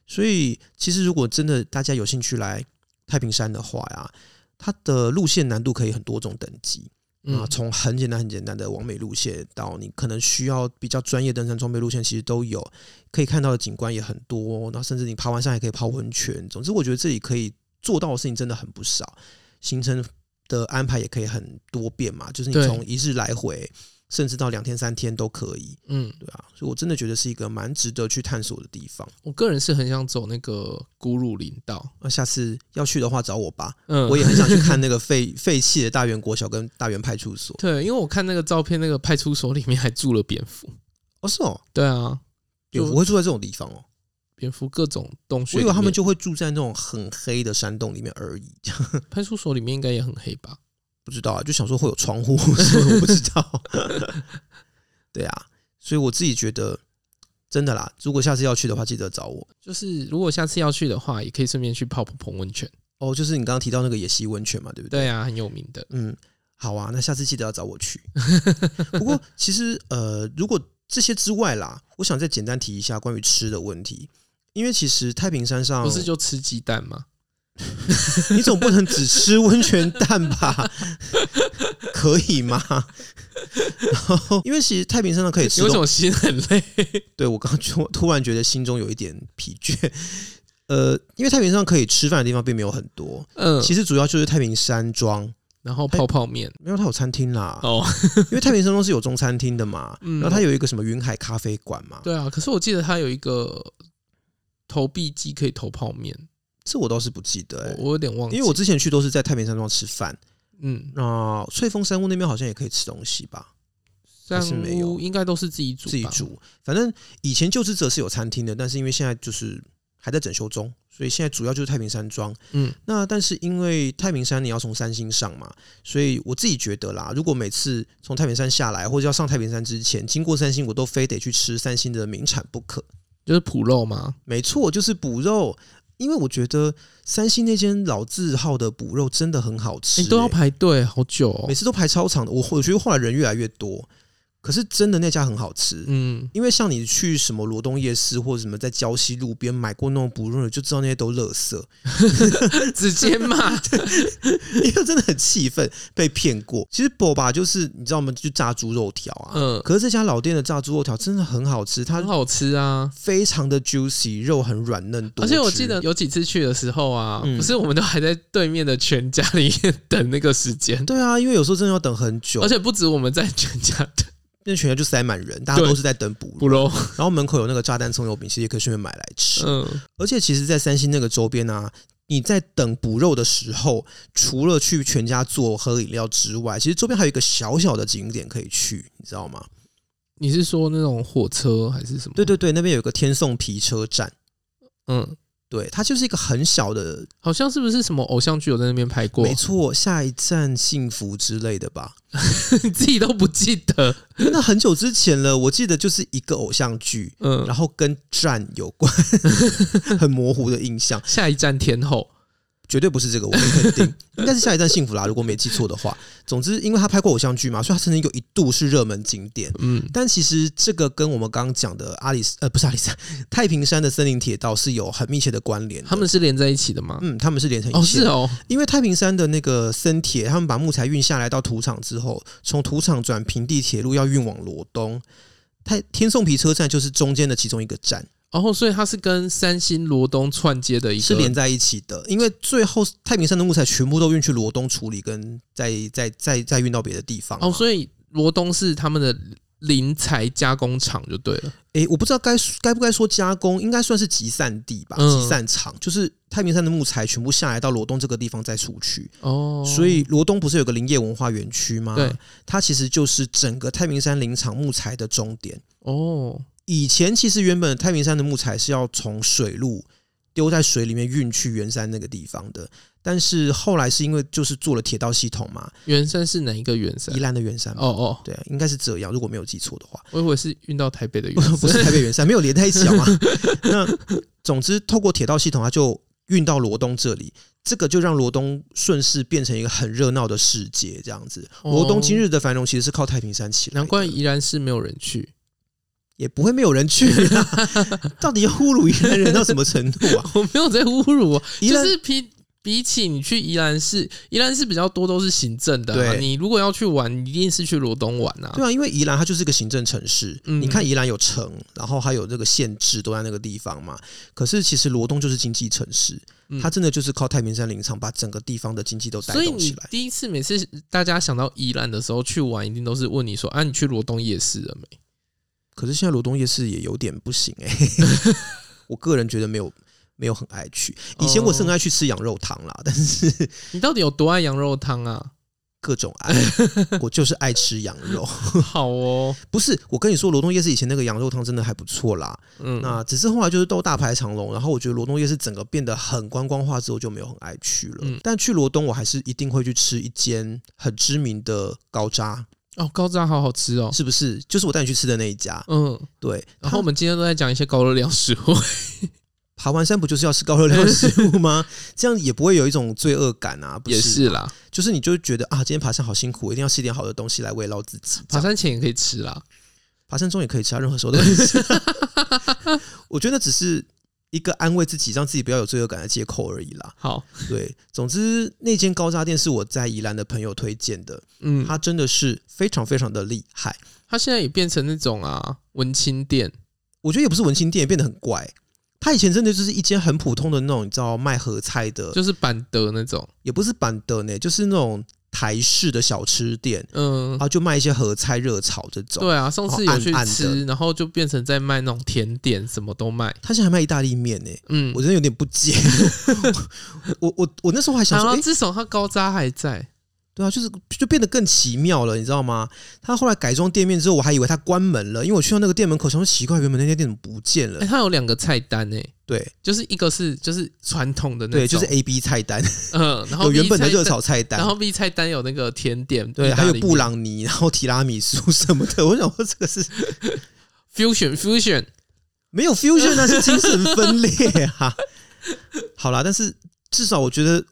[SPEAKER 2] 所以其实如果真的大家有兴趣来太平山的话呀，它的路线难度可以很多种等级。啊
[SPEAKER 1] 嗯，，
[SPEAKER 2] 从很简单很简单的往美路线到你可能需要比较专业登山装备路线，其实都有可以看到的景观也很多。然后甚至你爬完山还可以泡温泉。总之，我觉得这里可以做到的事情真的很不少，行程的安排也可以很多变嘛，就是你
[SPEAKER 1] 对
[SPEAKER 2] 从一日来回，甚至到两天三天都可以，
[SPEAKER 1] 嗯，
[SPEAKER 2] 对啊。所以我真的觉得是一个蛮值得去探索的地方。
[SPEAKER 1] 我个人是很想走那个古鲁林道。
[SPEAKER 2] 那下次要去的话找我吧，
[SPEAKER 1] 嗯，
[SPEAKER 2] 我也很想去看那
[SPEAKER 1] [LAUGHS]
[SPEAKER 2] 个废废弃的大园国小跟大园派出所。
[SPEAKER 1] 对，因为我看那个照片，那个派出所里面还住了蝙蝠。
[SPEAKER 2] 哦，是哦，
[SPEAKER 1] 对啊，
[SPEAKER 2] 有
[SPEAKER 1] 就
[SPEAKER 2] 我会住在这种地方哦。
[SPEAKER 1] 蝙蝠各种洞穴
[SPEAKER 2] 我
[SPEAKER 1] 里面。
[SPEAKER 2] 以为他们就会住在那种很黑的山洞里面而已，
[SPEAKER 1] 派出所里面应该也很黑吧？
[SPEAKER 2] 不知道啊，就想说会有窗户， [LAUGHS] 所以我不知道。 [LAUGHS] 对啊，所以我自己觉得真的啦，如果下次要去的话，记得找我。
[SPEAKER 1] 就是如果下次要去的话，也可以顺便去泡泡蓬温泉。
[SPEAKER 2] 哦，就是你刚刚提到那个野溪温泉嘛，对不对？
[SPEAKER 1] 对啊，很有名的。
[SPEAKER 2] 嗯，好啊，那下次记得要找
[SPEAKER 1] [LAUGHS]
[SPEAKER 2] 我去。不过其实呃，如果这些之外啦，我想再简单提一下关于吃的问题，因为其实太平山上
[SPEAKER 1] 不是就吃鸡蛋吗？
[SPEAKER 2] [LAUGHS] 你总不能只吃温泉蛋
[SPEAKER 1] [LAUGHS]
[SPEAKER 2] 吧？可以吗？然后，因为其实太平山上可以吃
[SPEAKER 1] 你为什
[SPEAKER 2] 东，
[SPEAKER 1] 么心很累？
[SPEAKER 2] 对我刚突突然觉得心中有一点疲倦。 [LAUGHS] 呃，因为太平山上可以吃饭的地方并没有很多，
[SPEAKER 1] 嗯，
[SPEAKER 2] 其实主要就是太平山庄，
[SPEAKER 1] 然后泡泡面
[SPEAKER 2] 没有它有餐厅啦，
[SPEAKER 1] 哦，
[SPEAKER 2] 因为太平山庄是有中餐厅的嘛，
[SPEAKER 1] 嗯
[SPEAKER 2] 然后它有一个什么云海咖啡馆嘛，
[SPEAKER 1] 对啊。可是我记得它有一个投币机可以投泡面，
[SPEAKER 2] 这我倒是不记得、
[SPEAKER 1] 我
[SPEAKER 2] 欸，
[SPEAKER 1] 我有点忘记，
[SPEAKER 2] 因为我之前去都是在太平山庄吃饭，
[SPEAKER 1] 嗯，
[SPEAKER 2] 那翠峰山屋那边好像也可以吃东西吧，
[SPEAKER 1] 三
[SPEAKER 2] 还是没有
[SPEAKER 1] 屋应该都是自己煮，
[SPEAKER 2] 自己。煮。反正以前旧职者是有餐厅的，但是因为现在就是还在整修中，所以现在主要就是太平山庄。
[SPEAKER 1] 嗯，
[SPEAKER 2] 那但是因为太平山你要从三星上嘛，所以我自己觉得啦，如果每次从太平山下来或者要上太平山之前经过三星，我都非得去吃三星的名产不可。
[SPEAKER 1] 就是普肉嘛，
[SPEAKER 2] 没错，就是补肉。因为我觉得三星那间老字号的补肉真的很好吃、
[SPEAKER 1] 哎你都要
[SPEAKER 2] 欸
[SPEAKER 1] 排队，好久哦
[SPEAKER 2] 每。次都排超长的。我我觉得后来人越来越多，可是真的那家很好吃。
[SPEAKER 1] 嗯，
[SPEAKER 2] 因为像你去什么罗东夜市或者什么在礁溪路边买过那种不润的，就知道那些都垃圾， [LAUGHS]
[SPEAKER 1] [LAUGHS] 直接骂，
[SPEAKER 2] 因为真的很气愤被骗过。其实 boba 就是你知道吗？就炸猪肉条啊，
[SPEAKER 1] 嗯，
[SPEAKER 2] 可是这家老店的炸猪肉条真的很好吃，它
[SPEAKER 1] 很好吃啊。
[SPEAKER 2] 非常的 juicy，肉很软嫩多
[SPEAKER 1] 而
[SPEAKER 2] 汁
[SPEAKER 1] 且我记得有几次去的时候啊，
[SPEAKER 2] 嗯
[SPEAKER 1] 不是我们都还在对面的全家里面等那个时间，
[SPEAKER 2] 对啊，因为有时候真的要等很久
[SPEAKER 1] 而，且不止我们在全家等
[SPEAKER 2] 那全家就塞满人，大家
[SPEAKER 1] 对
[SPEAKER 2] 都是在等补
[SPEAKER 1] 不肉，
[SPEAKER 2] 然后门口有那个炸弹葱油饼，其实也可以顺便买来吃。
[SPEAKER 1] [LAUGHS] 嗯，
[SPEAKER 2] 而且其实，在三星那个周边啊，你在等补肉的时候，除了去全家做喝饮料之外，其实周边还有一个小小的景点可以去，你知道吗？
[SPEAKER 1] 你是说那种火车还是什么？
[SPEAKER 2] 对，对对，那边有一个天颂皮车站，
[SPEAKER 1] 嗯，
[SPEAKER 2] 对，它就是一个很小的，
[SPEAKER 1] 好像是不是什么偶像剧有在那边拍过
[SPEAKER 2] 没？错，下一站幸福之类的吧。
[SPEAKER 1] 你自己都不记得，
[SPEAKER 2] 因为那很久之前了，我记得就是一个偶像剧，
[SPEAKER 1] 嗯，
[SPEAKER 2] [LAUGHS] 然后跟站有关，很模糊的印象。
[SPEAKER 1] 下一站天后，
[SPEAKER 2] 绝对不是这个，我很
[SPEAKER 1] [LAUGHS]
[SPEAKER 2] 肯定，应该是下一站幸福啦，如果没记错的话。总之，因为他拍过偶像剧嘛，所以他曾经有一度是热门景点。
[SPEAKER 1] 嗯，
[SPEAKER 2] 但其实这个跟我们刚刚讲的阿里斯呃不是阿里山，太平山的森林铁道是有很密切的关联的。
[SPEAKER 1] 他们是连在一起的吗？
[SPEAKER 2] 嗯，他们是连成一
[SPEAKER 1] 哦，
[SPEAKER 2] 线
[SPEAKER 1] 是哦，
[SPEAKER 2] 因为太平山的那个森铁，他们把木材运下来到土场之后，从土场转平地铁路要运往罗东。太天颂皮车站就是中间的其中一个站，
[SPEAKER 1] 哦，所以它是跟三星罗东串接的一个，
[SPEAKER 2] 是连在一起的。因为最后太平山的木材全部都运去罗东处理，跟再再再再运到别的地方。
[SPEAKER 1] 哦，所以罗东是他们的林材加工厂就对了。
[SPEAKER 2] 诶，我不知道该该不该说加工，应该算是集散地吧，
[SPEAKER 1] 嗯
[SPEAKER 2] 集散场，就是太平山的木材全部下来到罗东这个地方再出去。
[SPEAKER 1] 哦，
[SPEAKER 2] 所以罗东不是有个林业文化园区吗？
[SPEAKER 1] 对，
[SPEAKER 2] 它其实就是整个太平山林场木材的终点。
[SPEAKER 1] 哦，
[SPEAKER 2] 以前其实原本太平山的木材是要从水路丢在水里面运去圆山那个地方的，但是后来是因为就是做了铁道系统嘛，
[SPEAKER 1] 原山是哪一个原山
[SPEAKER 2] 宜？兰的圆山嘛，
[SPEAKER 1] 哦哦，
[SPEAKER 2] 对，应该是这样，如果没有记错的话，
[SPEAKER 1] 我以为 [LAUGHS] 是运到台北的 [LAUGHS] 原
[SPEAKER 2] 不
[SPEAKER 1] 山。
[SPEAKER 2] 不是台北圆山，没有连在一起
[SPEAKER 1] [LAUGHS]
[SPEAKER 2] 好吗？那总之透过铁道系统，它就运到罗东这里。这个就让罗东顺势变成一个很热闹的世界，这样子。
[SPEAKER 1] 哦
[SPEAKER 2] 罗东今日的繁荣其实是靠太平山起来的，
[SPEAKER 1] 难怪宜兰市没有人去，
[SPEAKER 2] 也不会没有人去啦。到底要侮辱宜兰人到什么程度啊？
[SPEAKER 1] [LAUGHS] 我没有在侮辱哦，
[SPEAKER 2] 宜兰
[SPEAKER 1] [LAUGHS] 就是比比起你去宜兰市，宜兰市比较多都是行政的、啊，
[SPEAKER 2] 对
[SPEAKER 1] 你如果要去玩，你一定是去罗东玩啊。
[SPEAKER 2] 对啊，因为宜兰它就是一个行政城市，
[SPEAKER 1] 嗯
[SPEAKER 2] 你看宜兰有城，然后还有这个县治都在那个地方嘛。可是其实罗东就是经济城市，
[SPEAKER 1] 嗯
[SPEAKER 2] 它真的就是靠太平山林场把整个地方的经济都带
[SPEAKER 1] 所以
[SPEAKER 2] 动起
[SPEAKER 1] 你
[SPEAKER 2] 来。
[SPEAKER 1] 第一次每次大家想到宜兰的时候去玩，一定都是问你说啊，你去罗东夜市了没？
[SPEAKER 2] 可是现在罗东夜市也有点不行哎、
[SPEAKER 1] [LAUGHS]
[SPEAKER 2] 我个人觉得没有没有很爱去。
[SPEAKER 1] 哦
[SPEAKER 2] 以前我是很爱去吃羊肉汤啦， [LAUGHS] 但是
[SPEAKER 1] 你到底有多爱羊肉汤啊？
[SPEAKER 2] 各种爱，我就是爱吃羊
[SPEAKER 1] [LAUGHS]
[SPEAKER 2] 肉。
[SPEAKER 1] 好哦，
[SPEAKER 2] 不是，我跟你说，罗东夜市以前那个羊肉汤真的还不错啦。
[SPEAKER 1] 嗯，
[SPEAKER 2] 那只是后来就是都大排长龙，然后我觉得罗东夜市整个变得很观光化之后就没有很爱去了。
[SPEAKER 1] 嗯
[SPEAKER 2] 但去罗东我还是一定会去吃一间很知名的高渣，
[SPEAKER 1] 哦，高渣好好吃哦。
[SPEAKER 2] 是不是？就是我带你去吃的那一家。
[SPEAKER 1] 嗯，
[SPEAKER 2] 对，
[SPEAKER 1] 然后我
[SPEAKER 2] 它
[SPEAKER 1] 们今天都在讲一些高热量食
[SPEAKER 2] [LAUGHS]
[SPEAKER 1] 物，
[SPEAKER 2] 爬完山不就是要吃高热量的食物吗？ [LAUGHS] 这样也不会有一种罪恶感啊。不
[SPEAKER 1] 也
[SPEAKER 2] 是，
[SPEAKER 1] 是啦， [LAUGHS]
[SPEAKER 2] 就是你就觉得啊，今天爬山好辛苦，一定要吃一点好的东西来慰劳自己。这
[SPEAKER 1] 爬
[SPEAKER 2] 样
[SPEAKER 1] 山前也可以吃啦。
[SPEAKER 2] 爬山中也可以吃啊，任何时候都可以吃。 [LAUGHS] 我觉得只是一个安慰自己，让自己不要有罪恶感的借口而已啦。
[SPEAKER 1] 好，
[SPEAKER 2] 对，总之那间高渣店是我在宜兰的朋友推荐的，
[SPEAKER 1] 嗯，
[SPEAKER 2] 他真的是非常非常的厉害。
[SPEAKER 1] 它现在也变成那种啊文青店，
[SPEAKER 2] 我觉得也不是文青店，变得很怪。他以前真的就是一间很普通的那种，你知道卖盒菜的，
[SPEAKER 1] 就是板德那种，
[SPEAKER 2] 也不是板凳呢，就是那种台式的小吃店，
[SPEAKER 1] 嗯
[SPEAKER 2] 然，后就卖一些盒菜、热炒这种。
[SPEAKER 1] 对啊，上次有去
[SPEAKER 2] 哦暗暗的
[SPEAKER 1] 吃，然后就变成在卖那种甜点，什么都卖，
[SPEAKER 2] 他现在还卖意大利面呢，欸
[SPEAKER 1] 嗯
[SPEAKER 2] 我，真的有点不解。 [LAUGHS] 我我我那时候还想
[SPEAKER 1] 然
[SPEAKER 2] 说，
[SPEAKER 1] 后
[SPEAKER 2] 诶
[SPEAKER 1] 自从它高渣还在，
[SPEAKER 2] 对啊，就是就变得更奇妙了，你知道吗？他后来改装店面之后，我还以为他关门了，因为我去到那个店门口，想说奇怪，原本那家店怎么不见了
[SPEAKER 1] 哎，？它有两个菜单诶，
[SPEAKER 2] 对
[SPEAKER 1] 就是一个是就是传统的那种，
[SPEAKER 2] 对，就是 A B 菜单，
[SPEAKER 1] 嗯，然后
[SPEAKER 2] 有
[SPEAKER 1] B
[SPEAKER 2] 原本的
[SPEAKER 1] 菜单
[SPEAKER 2] 热炒菜单
[SPEAKER 1] 然，后 B 菜单有那个甜点，
[SPEAKER 2] 对，
[SPEAKER 1] 意大
[SPEAKER 2] 还有
[SPEAKER 1] 利
[SPEAKER 2] 布
[SPEAKER 1] 面
[SPEAKER 2] 朗尼，然后提拉米苏什么的。我想说这个是
[SPEAKER 1] fusion fusion，
[SPEAKER 2] 没有 fusion，那是啊精神分裂啊。好啦，但是至少我觉得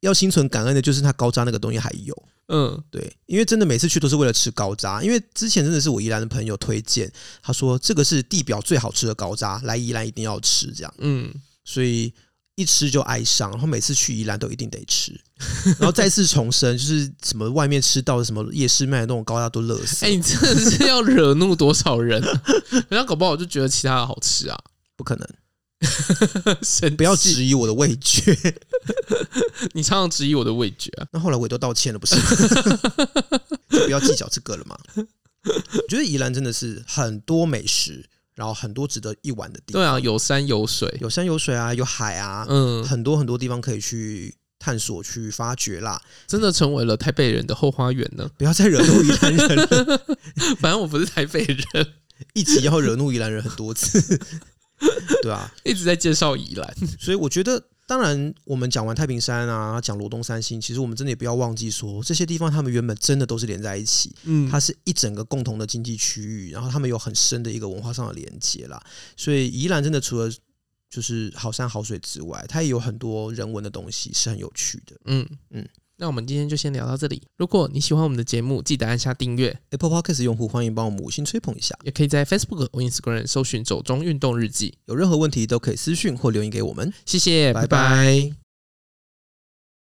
[SPEAKER 2] 要心存感恩的就是他高渣那个东西还有。
[SPEAKER 1] 嗯，
[SPEAKER 2] 对，因为真的每次去都是为了吃高渣，因为之前真的是我宜兰的朋友推荐，他说这个是地表最好吃的高渣，来宜兰一定要吃，这样，
[SPEAKER 1] 嗯，
[SPEAKER 2] 所以一吃就爱上，然后每次去宜兰都一定得吃，然后再次重申，就是什么外面吃到的什么夜市卖的那种高渣都乐死，
[SPEAKER 1] 哎、你真的是要惹怒多少人、啊？人家搞不好就觉得其他的好吃啊，
[SPEAKER 2] 不可能，
[SPEAKER 1] 生气
[SPEAKER 2] 不要质疑我的味觉。 [LAUGHS]
[SPEAKER 1] 你常常质疑我的味觉啊、
[SPEAKER 2] 那后来我也都道歉了，不是？就不要计较这个了嘛。我觉得宜兰真的是很多美食，然后很多值得一玩的地方，
[SPEAKER 1] 对啊，有山有水，
[SPEAKER 2] 有山有水啊，有海啊，
[SPEAKER 1] 嗯，
[SPEAKER 2] 很多很多地方可以去探索、去发掘啦。 [LAUGHS]
[SPEAKER 1] 真的成为了台北人的后花园呢。 [LAUGHS]
[SPEAKER 2] 不要再惹怒宜兰人了， [LAUGHS]
[SPEAKER 1] 反正我不是台北人，
[SPEAKER 2] 一集要惹怒宜兰人很多次， [LAUGHS] 对啊。
[SPEAKER 1] 一直在介绍宜兰。
[SPEAKER 2] 所以我觉得，当然我们讲完太平山啊，讲罗东三星，其实我们真的也不要忘记说，这些地方他们原本真的都是连在一起，
[SPEAKER 1] 嗯
[SPEAKER 2] 它是一整个共同的经济区域，然后他们有很深的一个文化上的连接啦。所以宜兰真的除了就是好山好水之外，它也有很多人文的东西，是很有趣的。
[SPEAKER 1] 嗯嗯
[SPEAKER 2] 嗯，
[SPEAKER 1] 那我们今天就先聊到这里。如果你喜欢我们的节目，记得按下订阅，
[SPEAKER 2] Apple Podcast 用户欢迎帮我们五星吹捧一下，
[SPEAKER 1] 也可以在 Facebook 或 Instagram 搜寻“走中运动日记
[SPEAKER 2] 有任何问题都可以私讯或留言给我们。”。
[SPEAKER 1] 哎谢谢，拜拜
[SPEAKER 2] 拜